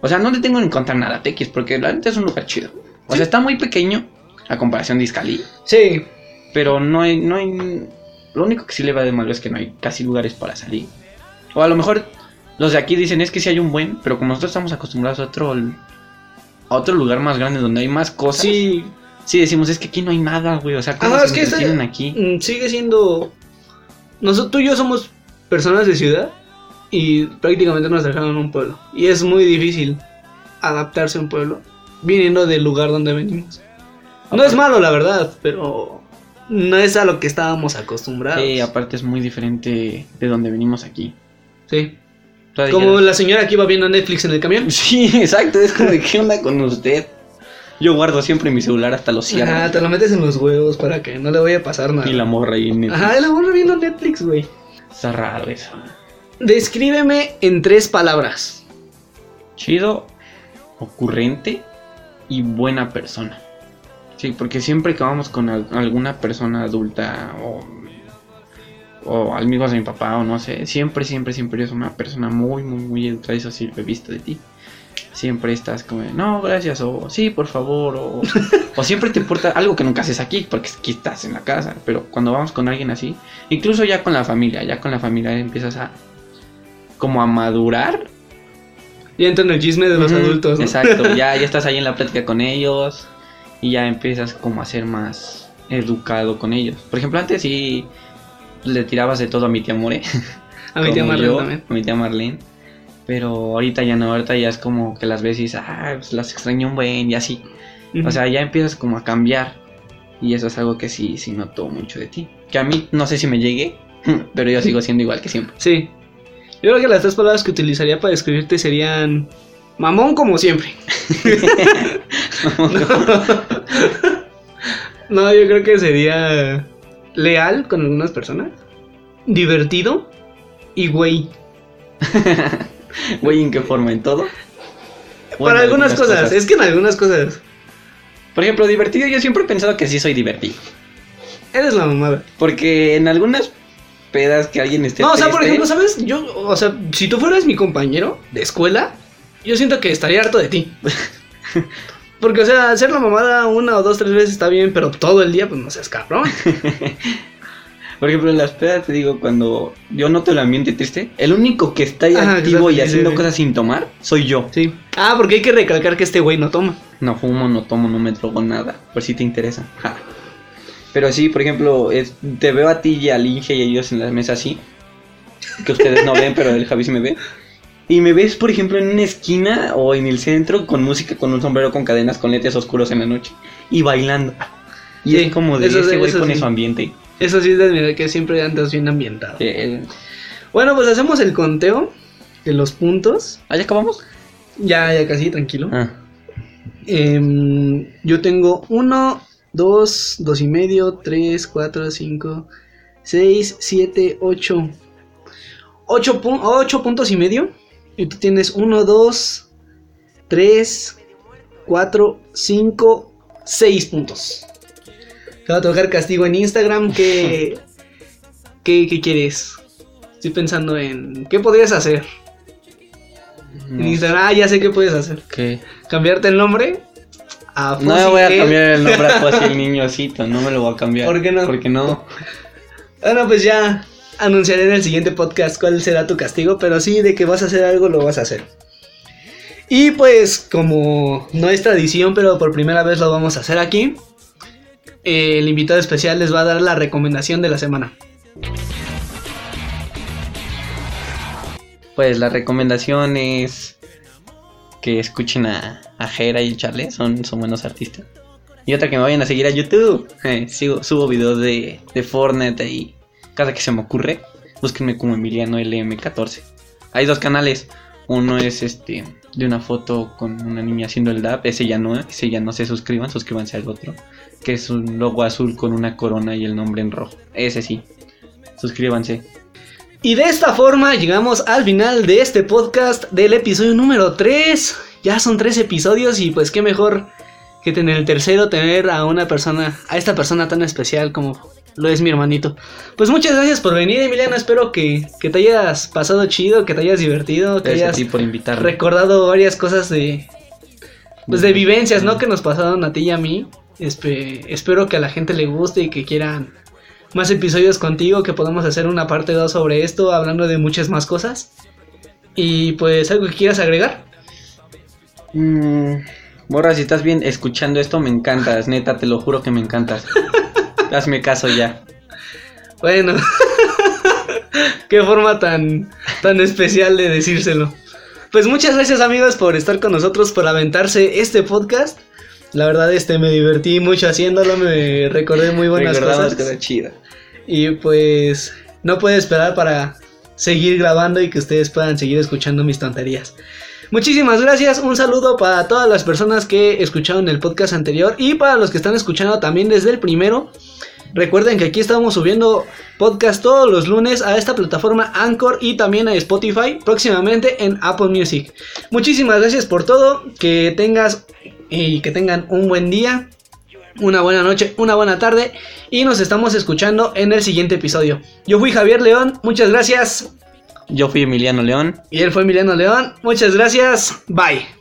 [SPEAKER 3] O sea, no le tengo en contra nada, Tequis, porque la neta es un lugar chido. O sea, está muy pequeño a comparación de Iscali.
[SPEAKER 1] Sí,
[SPEAKER 3] Pero no hay, no hay. Lo único que sí le va de malo es que no hay casi lugares para salir. O a lo mejor los de aquí dicen es que sí hay un buen, pero como nosotros estamos acostumbrados a otro, a otro lugar más grande donde hay más cosas.
[SPEAKER 1] sí.
[SPEAKER 3] Sí, decimos es que aquí no hay nada, güey. O sea, ¿cómo
[SPEAKER 1] Ajá,
[SPEAKER 3] se
[SPEAKER 1] es que este-
[SPEAKER 3] entretienen aquí?
[SPEAKER 1] Mm, Sigue siendo. Nosotros, tú y yo somos personas de ciudad y prácticamente nos dejaron en un pueblo. Y es muy difícil adaptarse a un pueblo viniendo del lugar donde venimos. No es malo, la verdad, pero no es a lo que estábamos acostumbrados.
[SPEAKER 3] Sí, aparte es muy diferente de donde venimos aquí.
[SPEAKER 1] Sí.
[SPEAKER 3] O sea,
[SPEAKER 1] Como
[SPEAKER 3] dijeras-
[SPEAKER 1] la señora que iba viendo Netflix en el camión.
[SPEAKER 3] Sí, exacto. Es como de qué onda con usted. Yo guardo siempre mi celular hasta los cierro.
[SPEAKER 1] Ajá, te lo metes en los huevos para que no le vaya a pasar nada.
[SPEAKER 3] y la morra ahí en el...
[SPEAKER 1] Ajá, la morra viendo Netflix, güey.
[SPEAKER 3] Está raro eso.
[SPEAKER 1] Descríbeme en tres palabras.
[SPEAKER 3] chido, ocurrente y buena persona. Sí, porque siempre que vamos con al- alguna persona adulta o, o amigos de mi papá o no sé, siempre, siempre, siempre es una persona muy, muy, muy educada y socialista de ti. siempre estás como, no, gracias, o sí, por favor, o, o siempre te importa algo que nunca haces aquí, porque aquí estás en la casa, pero cuando vamos con alguien así, incluso ya con la familia, ya con la familia empiezas a como a madurar.
[SPEAKER 1] Ya entra en el chisme de los
[SPEAKER 3] Ujú,
[SPEAKER 1] adultos. ¿no?
[SPEAKER 3] Exacto, ya, ya estás ahí en la plática con ellos y ya empiezas como a ser más educado con ellos. Por ejemplo, antes sí le tirabas de todo a mi tía More.
[SPEAKER 1] A mi tía
[SPEAKER 3] como
[SPEAKER 1] Marlene
[SPEAKER 3] yo,
[SPEAKER 1] también.
[SPEAKER 3] a mi tía Marlene. Pero ahorita ya no, ahorita ya es como que las veces, ah, pues las extraño un buen y así. O sea, ya empiezas como a cambiar. Y eso es algo que sí, sí noto mucho de ti. Que a mí no sé si me llegue, pero yo sigo siendo igual que siempre.
[SPEAKER 1] Sí. Yo creo que las tres palabras que utilizaría para describirte serían mamón como siempre. No, yo creo que sería leal con algunas personas, divertido y güey.
[SPEAKER 3] Güey, ¿en qué forma? ¿En todo? Bueno,
[SPEAKER 1] para algunas cosas, es que en algunas cosas
[SPEAKER 3] Por ejemplo, divertido, yo siempre he pensado que sí soy divertido.
[SPEAKER 1] eres la mamada.
[SPEAKER 3] Porque en algunas pedas que alguien esté.
[SPEAKER 1] No, o sea, por
[SPEAKER 3] triste,
[SPEAKER 1] ejemplo, ¿sabes? Yo, o sea, si tú fueras mi compañero de escuela, yo siento que estaría harto de ti. Porque, o sea, hacer la mamada una o dos, tres veces está bien, pero todo el día, pues no seas cabrón.
[SPEAKER 3] Por ejemplo, en las pedas te digo, cuando yo noto el ambiente triste, el único que está ahí
[SPEAKER 1] Ajá,
[SPEAKER 3] activo
[SPEAKER 1] exacto,
[SPEAKER 3] y
[SPEAKER 1] sí,
[SPEAKER 3] haciendo
[SPEAKER 1] sí, sí.
[SPEAKER 3] cosas sin tomar, soy yo.
[SPEAKER 1] Sí. Ah, porque hay que recalcar que este güey no toma.
[SPEAKER 3] No fumo, no tomo, no me drogo nada, por si te interesa. Ja. Pero sí, por ejemplo, es- te veo a ti y al Inge y a ellos en la mesa así, que ustedes no ven, pero el Javi sí me ve. Y me ves, por ejemplo, en una esquina o en el centro con música, con un sombrero con cadenas, con lentes oscuros en la noche y bailando. Y
[SPEAKER 1] Sí,
[SPEAKER 3] es como de
[SPEAKER 1] eso sí,
[SPEAKER 3] ese güey
[SPEAKER 1] eso
[SPEAKER 3] pone
[SPEAKER 1] sí.
[SPEAKER 3] su ambiente.
[SPEAKER 1] Eso sí es de admirar que siempre andas bien ambientado.
[SPEAKER 3] Eh,
[SPEAKER 1] Bueno, pues hacemos el conteo de los puntos.
[SPEAKER 3] ¿Ah, ya acabamos?
[SPEAKER 1] Ya, ya casi, tranquilo.
[SPEAKER 3] Ah.
[SPEAKER 1] Em, yo tengo uno, dos, dos y medio, tres, cuatro, cinco, seis, siete, ocho. Ocho, pu- ocho puntos y medio. Y tú tienes uno, dos, tres, cuatro, cinco, seis puntos. Te va a tocar castigo en Instagram. ¿Qué, qué, qué quieres? Estoy pensando en qué podrías hacer. En
[SPEAKER 3] No
[SPEAKER 1] Instagram, ah, ya sé qué puedes hacer.
[SPEAKER 3] ¿Qué?
[SPEAKER 1] cambiarte el nombre a
[SPEAKER 3] No me
[SPEAKER 1] Fuzzy ¿eh?
[SPEAKER 3] voy a
[SPEAKER 1] Head.
[SPEAKER 3] cambiar el nombre a Fossil Niñocito, no me lo voy a cambiar.
[SPEAKER 1] ¿Por qué no?
[SPEAKER 3] Porque no.
[SPEAKER 1] Bueno, pues ya anunciaré en el siguiente podcast cuál será tu castigo, pero sí, de que vas a hacer algo, lo vas a hacer. Y pues, como no es tradición, pero por primera vez lo vamos a hacer aquí, el invitado especial les va a dar la recomendación de la semana.
[SPEAKER 3] Pues la recomendación es que escuchen a, a Jera y Charles, son, son buenos artistas. Y otra que me vayan a seguir a YouTube. Eh, sigo- subo videos de, de Fortnite ahí. Cada que se me ocurre, búsquenme como Emiliano LM14. Hay dos canales. Uno es este de una foto con una niña haciendo el dab. Ese ya no, ese ya no se suscriban, suscríbanse al otro. Que es un logo azul con una corona y el nombre en rojo. Ese sí. Suscríbanse.
[SPEAKER 1] Y de esta forma llegamos al final de este podcast del episodio número 3. Ya son tres episodios y pues qué mejor que en el tercero tener a una persona, a esta persona tan especial como lo es mi hermanito. Pues muchas gracias por venir Emiliano, espero que, que te hayas pasado chido, que te hayas divertido, que
[SPEAKER 3] Gracias a
[SPEAKER 1] hayas
[SPEAKER 3] ti por invitarme.
[SPEAKER 1] recordado varias cosas de pues de
[SPEAKER 3] Ujú.
[SPEAKER 1] vivencias, ¿no? Que nos pasaron a ti y a mí. Espe- espero que a la gente le guste y que quieran más episodios contigo, que podamos hacer una parte 2 sobre esto, hablando de muchas más cosas. Y pues algo que quieras agregar.
[SPEAKER 3] Mm, morra, si estás bien escuchando esto, me encantas, neta, te lo juro que me encantas. Hazme caso ya.
[SPEAKER 1] Bueno, qué forma tan, tan especial de decírselo. Pues muchas gracias amigos por estar con nosotros, por aventarse este podcast. La verdad, este me divertí mucho haciéndolo, me recordé muy buenas
[SPEAKER 3] Recordamos
[SPEAKER 1] cosas.
[SPEAKER 3] cosas chidas.
[SPEAKER 1] Y pues no puedo esperar para seguir grabando y que ustedes puedan seguir escuchando mis tonterías. Muchísimas gracias, un saludo para todas las personas que escucharon el podcast anterior y para los que están escuchando también desde el primero. Recuerden que aquí estamos subiendo podcast todos los lunes a esta plataforma Anchor y también a Spotify, próximamente en Apple Music. Muchísimas gracias por todo, que tengas y que tengan un buen día, una buena noche, una buena tarde y nos estamos escuchando en el siguiente episodio. Yo fui Javier León, muchas gracias.
[SPEAKER 3] Yo fui Emiliano León.
[SPEAKER 1] Y él fue Emiliano León, muchas gracias. Bye.